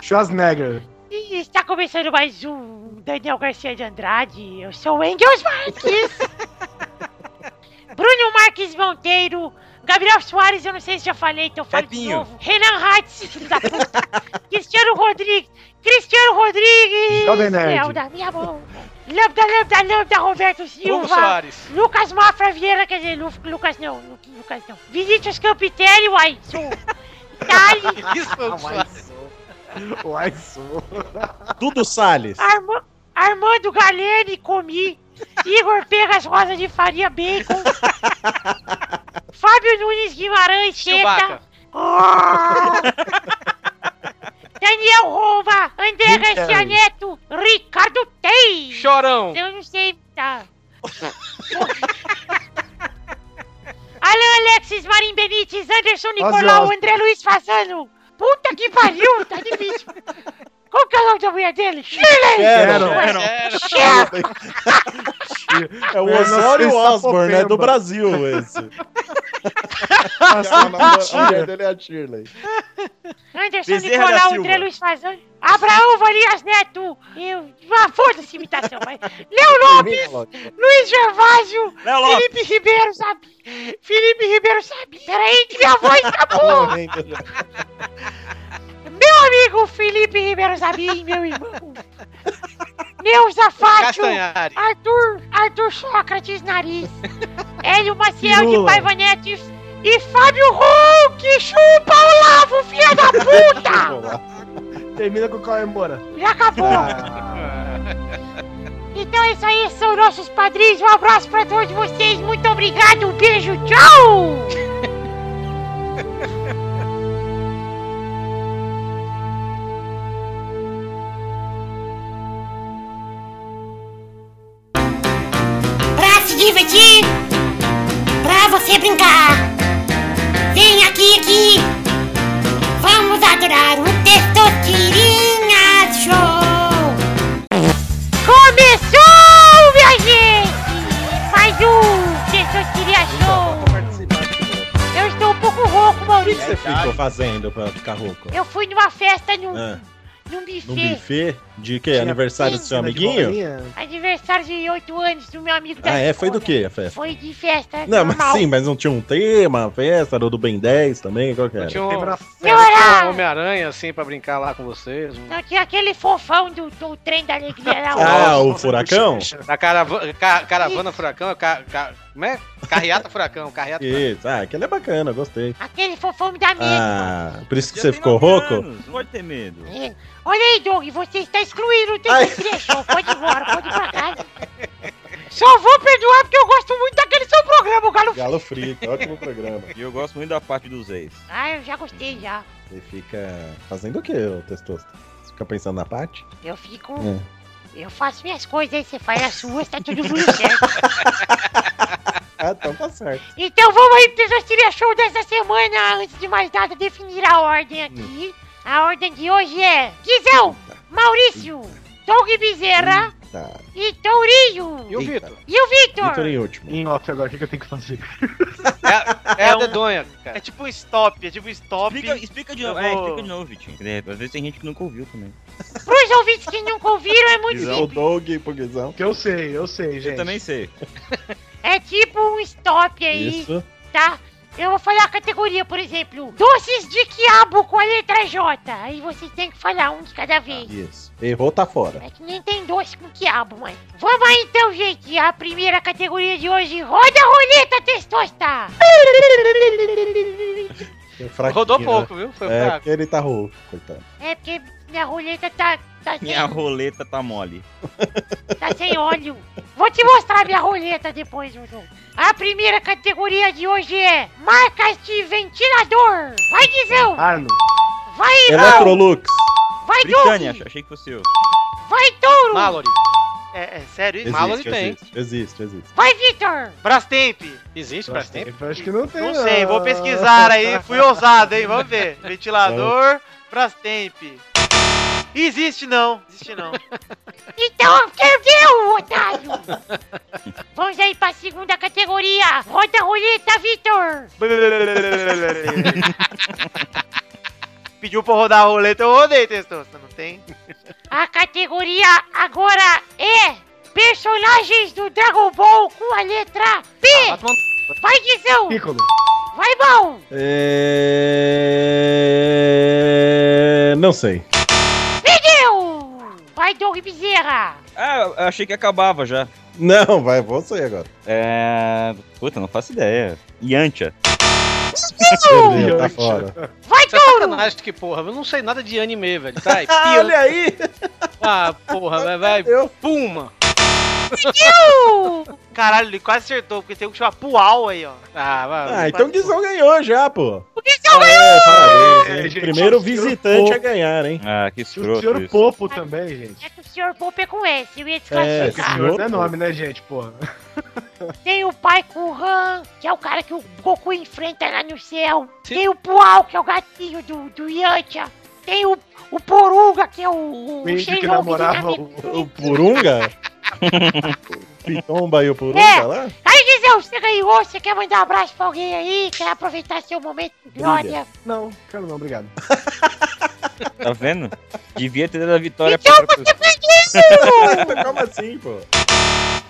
F: Schwarzenegger.
O: E está começando mais um Daniel Garcia de Andrade. Eu sou o Engels Marques. Bruno Marques Monteiro. Gabriel Soares, eu não sei se já falei, então falo de
E: Pepinho.
O: novo. Renan Hatz, filho da puta. Cristiano Rodrigues. Cristiano Rodrigues.
F: Jovem Nerd.
O: Léo da minha mão. Lambda, lambda, lambda, Roberto Silva.
C: Soares.
O: Lucas Mafra Vieira, quer dizer, Lu- Lucas não, Lu- Lucas não. Vinícius Campitelli, uai, sou. Dali.
F: Uai, sou.
B: Tudo Salles.
O: Arma- Armando Galene, comi. Igor Pegas Rosa de Faria Bacon. Fábio Nunes Guimarães Cheta.
N: Chewbacca.
O: Daniel Roma, André
N: Ricardo.
O: Garcia Neto, Ricardo Tei.
C: Chorão.
O: Eu não sei. Tá. Alan Alexis, Marim Benites, Anderson Nicolau,
N: Ozzy.
O: André Luiz Fassano. Puta que pariu, tá difícil. Qual que é o nome da mulher dele? Shirley!
B: Sharon.
O: Sharon.
B: É o
N: Eu não
B: Osório
N: sei
B: Osborne, é
N: sapopemba.
B: do Brasil esse. a mulher dele é a Shirley.
O: Anderson
B: Bezerra da
O: Nicolau,
B: Silva.
O: André Luiz Fazano, Abraão Valias Neto, eu, ah, foda-se a imitação, mas, Léo Lopes, Luiz Gervásio, Felipe Ribeiro, sabe, Felipe Ribeiro, sabe, peraí que minha voz acabou, meu amigo Felipe Ribeiro Sabim, meu irmão, Neuza Fátio,
C: Castanhari.
O: Arthur, Arthur Sócrates Nariz, Hélio Maciel de
N: Lula.
O: Paiva Netes e Fábio Hulk, chupa Olavo, filha da puta!
F: Termina com o Cauê Moura. Ah,
O: Já acabou! Então é isso aí, são nossos padrinhos. Um abraço pra todos vocês, muito obrigado, um beijo, tchau! pra se divertir, pra você brincar, vem aqui, aqui, vamos adorar um o Testosterinha Show! Começou, minha gente! Mais um Testosterinha Show! Eu estou um pouco rouco,
B: O que que você
O: Maurício.
B: ficou fazendo pra ficar rouco?
O: Eu fui numa festa num,
B: Ah,
O: num
B: num
O: buffet,
B: buffet? De quê? Aniversário do seu
F: piscina de
B: amiguinho?
F: bolinha.
O: aniversário de 8 anos do meu amigo da
B: Ah, é? Foi
O: escola.
B: do quê a festa?
O: Foi de festa
B: Não, mas
O: normal.
B: sim, mas não tinha um tema, a festa, era do Ben 10 também, qual que era?
C: Tinha um,
O: Meu horário.
C: tinha um Homem-Aranha, assim, pra brincar lá com vocês. um-
O: Não tinha aquele fofão do, do trem da alegria lá.
B: Ah, o furacão?
C: Da carava- ca- caravana furacão, ca- ca- como é? Carreata furacão, carreata
B: Isso, ah, aquele é bacana, gostei.
O: Aquele fofão me dá medo.
B: Ah, por isso que você ficou rouco?
E: Não pode ter medo.
O: É. Olha aí, Doug, você está excluído do Show. Pode ir embora, pode ir pra casa. Só vou perdoar porque eu gosto muito daquele seu programa, o Galo.
B: Galo Frito, ótimo programa.
E: E eu gosto muito da parte dos ex.
O: Ah, eu já gostei já.
B: Você fica fazendo o que, ô Testosta? Você fica pensando na parte?
O: Eu fico.
B: Hum.
O: Eu faço minhas coisas aí, você faz as suas, tá tudo muito certo.
B: Ah, então tá certo.
O: Então vamos aí pro Desastre Show dessa semana. Antes de mais nada, definir a ordem aqui. A ordem de hoje é Guizão, Maurício, Doug Bezerra
B: Tá.
O: e Tourinho.
C: E o Vitor?
O: E o
B: Vitor
O: Vitor.
B: em último.
F: Em off agora, o que que eu tenho que fazer?
C: É, a dedonha, cara.
D: É tipo um stop, é tipo um stop.
E: Explica, explica de
D: Eu
E: novo, é,
D: vou-
E: explica de novo, Vitinho. Porque, de- Às vezes tem gente que nunca ouviu também.
O: Pros ouvintes que nunca ouviram, é muito
B: Guizão, o
O: simples.
B: Doug pro Guizão.
F: Que eu sei, eu sei, gente.
E: Eu também sei.
O: É tipo um stop aí,
B: Isso.
O: tá? Eu vou falar a categoria, por exemplo, doces de quiabo com a letra J. Aí vocês têm que falar um de cada vez.
B: Isso. Errou, tá fora.
O: É que nem tem doce com quiabo, mãe. Vamos aí então, gente. A primeira categoria de hoje. Roda a roleta, testosta!
B: É fraquinho,
C: Rodou
B: né?
C: pouco, viu? Foi
B: É,
C: fraco.
B: porque ele tá rouco, coitado.
O: É porque minha roleta tá, tá,
E: Minha
O: sem,
E: roleta tá mole.
O: tá sem óleo. Vou te mostrar minha roleta depois, Jojo. A primeira categoria de hoje é marcas de ventilador. Vai, Guizão!
F: Arno.
O: Vai,
B: é
O: Irão!
B: Ah, Electrolux.
O: Vai,
E: Britânia,
O: Doug!
E: ach- achei que fosse eu.
O: Vai, Touro!
C: Mallory.
D: É, é sério isso?
C: Mallory
B: Existe,
C: tem.
B: existe, existe, existe.
O: Vai, Victor!
D: Brastemp!
C: Existe pra tempo?
F: Eu acho que não tem. ah.
D: Não sei, vou pesquisar aí. Fui ousado, hein? Vamos ver. Ventilador, Brastemp. Existe não, existe não.
O: Então, perdeu, otário! Vamos aí pra segunda categoria. Roda a roleta, Victor!
D: Pediu pra eu rodar a roleta, eu rodei, Testosta, não tem?
O: A categoria agora é personagens do Dragon Ball com a letra P.
D: Ah,
O: Vai, Guizão!
F: Piccolo.
O: Vai, Bom!
B: É... Não sei.
O: Perdeu! Vai, Doug Bezerra!
E: Ah, eu achei que acabava já.
B: Não, vai você agora.
E: É. Puta, não faço ideia. Yantia.
B: Perdeu, tá fora.
C: Vai, é Sacanagem que porra, eu não sei nada de anime, velho. Tá,
F: Ah, olha aí!
C: Ah, porra, vai, vai. Puma!
D: Caralho, ele quase acertou, porque tem um que chama Pual aí, ó.
C: Ah, vai.
B: Ah, então o Guizão ganhou já, pô.
O: O Guizão
B: ganhou! Parabéns, hein?
F: É, gente,
B: Primeiro
F: o senhor
B: visitante
F: Popo.
B: a ganhar, hein?
E: Ah, que
F: E o senhor Popo também, gente.
O: É que o senhor Pope é com S, eu ia
F: É,
O: desclassificar.
F: senhor não é nome, né, gente, porra?
O: Tem o Pai Kuhan, que é o cara que o Goku enfrenta lá no céu. Tem o Pual, que é o gatinho do, do Yantia. Tem o, o Poruga, que é o, o,
B: O índio que
O: Shenlong né?
B: namorava
O: do Namek-
B: o, o Purunga? o Pitomba e o Purunga
O: É.
B: lá?
O: Aí, Gisel, você ganhou, você quer mandar um abraço pra alguém aí? Quer aproveitar seu momento de glória?
E: Brilha.
F: Não, quero não, obrigado.
E: Tá vendo? Devia ter dado a vitória
O: Então
E: pra outra
O: você
E: pessoa.
O: perdeu!
B: Como assim, pô?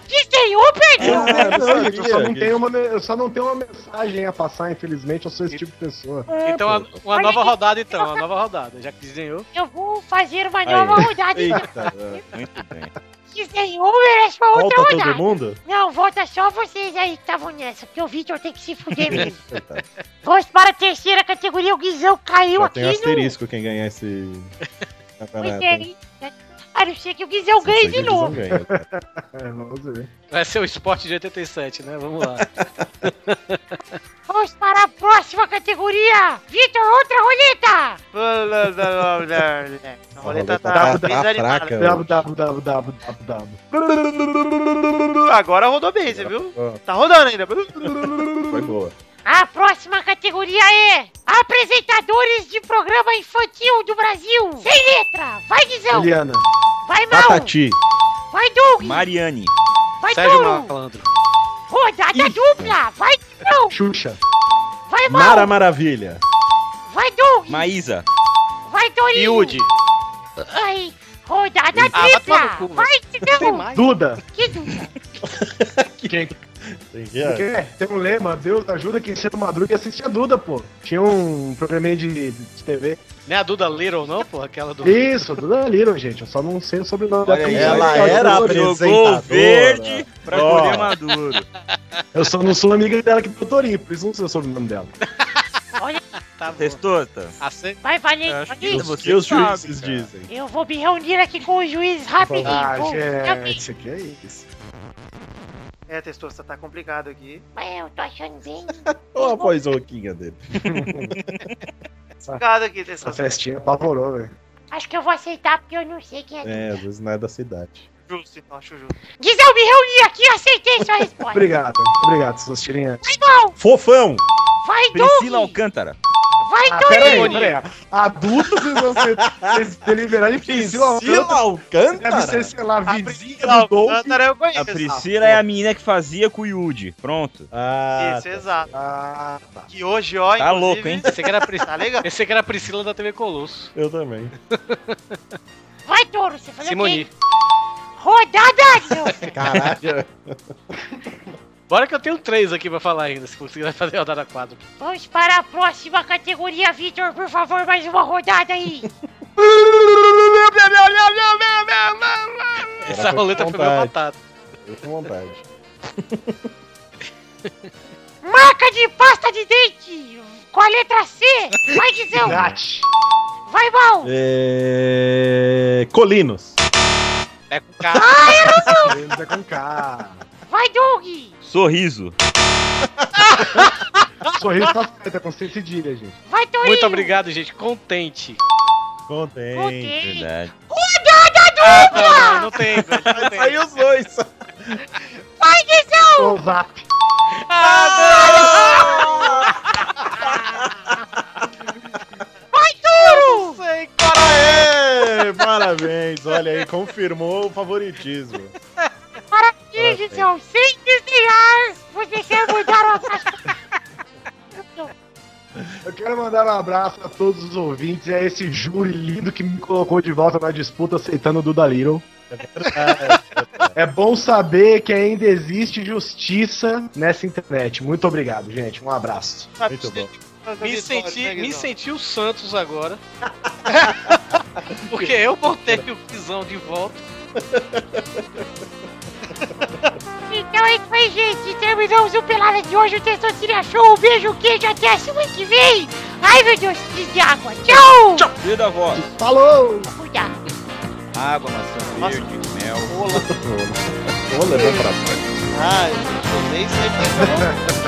O: Desdenhou, perdeu!
F: É, não, gente, eu só não,
B: gente.
F: tenho uma, me- eu só não tenho uma mensagem a passar, infelizmente, eu sou esse tipo de pessoa.
C: Então, uma, uma
O: Olha
C: nova
O: que-
C: rodada, então, uma nova rodada, já que desenhou.
O: Eu vou fazer uma nova rodada.
B: Eita, velho.
E: Muito bem.
O: Desdenhou, merece uma outra
B: Volta
O: rodada.
B: todo mundo?
O: Não, volta só vocês aí que estavam nessa, porque o Victor tem que se fuder mesmo. Vamos para a terceira categoria, o Guizão caiu
B: Só
O: aqui
B: tem um asterisco né, quem ganhar esse
O: no...
B: campeonato.
O: Pois é, hein? A não ser que o Guizão ganhe de novo.
F: É, vamos ver.
C: Vai ser o esporte de 87, né? Vamos lá.
O: Vamos para a próxima categoria. Victor, outra roleta.
D: A roleta
F: Tá,
D: tá né?
F: tá
D: desanimada.
B: fraca,
F: Dabo, dabo, dabo, dabo, dabo, dabo.
D: Agora rodou bem, você viu? Tá rodando ainda.
B: Foi boa.
O: A próxima categoria é apresentadores de programa infantil do Brasil. Sem letra. Vai, Guizão.
F: Eliana.
O: Vai, Mal.
B: Patati.
O: Vai, Doug.
E: Mariane.
O: Vai,
C: Sérgio
O: Douro.
C: Malandro.
O: Rodada dupla. Vai, Guizão.
F: Xuxa.
O: Vai,
B: Mara
O: Mal.
B: Maravilha.
O: Vai, Doug.
E: Maísa.
O: Vai, Dorinho.
C: Yudi.
O: Ai, rodada
C: Ah, vai
O: tripla.
C: tomar no cu,
O: vai, Guizão.
F: Duda.
O: Que dupla.
F: Quem,
B: Tem que
F: Porque é, tem um lema, Deus ajuda quem cedo madruga e assiste a Duda, pô. Tinha um programinha de, de TV.
C: Não é a Duda Little, não, porra? Aquela do.
F: Isso, Duda Little, gente. Eu só não sei o sobrenome
B: Olha aí, ela
F: é
B: era
E: Jogou
B: apresentadora.
E: verde pra
B: Ó.
E: colher maduro.
F: Eu só não sou amiga dela que deu Torinho, por isso não sei o sobrenome dela.
O: Olha,
C: Tá bom.
E: Testota.
C: Ace-
O: vai, Valente.
E: acho
O: Valente.
E: que
B: Os
E: você
B: que os
E: sabe,
B: juízes
E: cara.
B: dizem.
O: Eu vou me reunir aqui com os juízes rapidinho.
F: Ah,
O: Vou-
F: gente, que é isso.
D: É, Testosta, tá complicado aqui.
O: É, eu tô achando bem.
B: Olha a vozoquinha dele.
D: Complicado aqui,
F: Essa
D: Testosta.
F: festinha apavorou, velho.
O: Acho que eu vou aceitar porque eu não sei quem é.
B: É, às vezes não é da cidade.
D: Justo, então, acho justo.
O: Diz eu me reuni aqui e aceitei sua resposta.
F: Obrigado, obrigado, suas tirinhas.
O: Vai, Mal.
B: Fofão!
O: Vai,
E: Priscila
O: Doug.
E: Alcântara.
O: Vai,
F: Ah,
O: Doug.
F: peraí, peraí. Adultos vocês vão ser vocês deliberarem Priscila
B: Priscila
F: Alcântara. Deve
B: Alcântara?
F: ser, sei lá, vizinha
D: Não,
F: do Dolph.
D: Alcântara eu conheço.
E: A Priscila é a menina que fazia com o Yudi. Pronto.
B: Ah,
D: Isso, exato.
F: Ah, tá.
D: Que hoje, ó,
E: Tá
D: inclusive,
E: louco, hein?
C: Esse aqui, era a Pris-
D: Tá legal.
C: Esse aqui era a Priscila da TV Colosso.
B: eu também.
O: Vai, Touro. Você falou
C: Simoni.
O: quem? Rodada, Deus.
B: Caralho.
C: Bora que eu tenho três aqui pra falar ainda, se conseguir vai fazer a rodada 4.
O: Vamos para a próxima categoria, Victor. Por favor, mais uma rodada aí.
C: Essa
B: foi
C: roleta
B: com
C: foi meu
B: vontade.
C: batata.
B: Eu com vontade.
O: Marca de pasta de dente. Com a letra C. Vai, Guizão.
F: Nath.
O: Vai, Mal.
B: É... Colinos.
C: É com cara.
O: Ah,
F: Eles é com K.
O: Vai, Doug.
E: Sorriso.
F: Sorriso tá certo, é com C cedilha, gente.
O: Vai, Torinho.
C: Muito obrigado, gente. Contente.
B: Contente.
O: Ok.
E: Verdade.
O: Rodada dupla.
C: Não, não tem, velho. Não tem.
B: Aí os dois.
O: Vai, Guizão. Ah,
F: Sou o Zap.
C: Ah,
O: Vai, Touro.
B: Aê, parabéns. Olha aí, confirmou o favoritismo.
O: Parabéns, Guizão. 100 reais. Vocês mudaram a pasta.
F: Eu quero mandar um abraço a todos os ouvintes e a esse júri lindo que me colocou de volta na disputa aceitando o Duda Little. É bom saber que ainda existe justiça nessa internet. Muito obrigado, gente. Um abraço.
C: Muito bom. Me senti, me senti o Santos agora. Porque eu botei o pisão de volta.
O: Então é isso aí, gente. Terminamos o Pelada de hoje. O Testosteria Show. Um beijo, queijo. Até a semana que vem. Ai, meu Deus. Diz de água. Tchau.
E: Tchau. Vida a voz.
F: Falou.
O: Cuidado.
E: Água, maçã verde, mel.
B: Rola. Rola, dá pra
C: Ai, eu nem sei.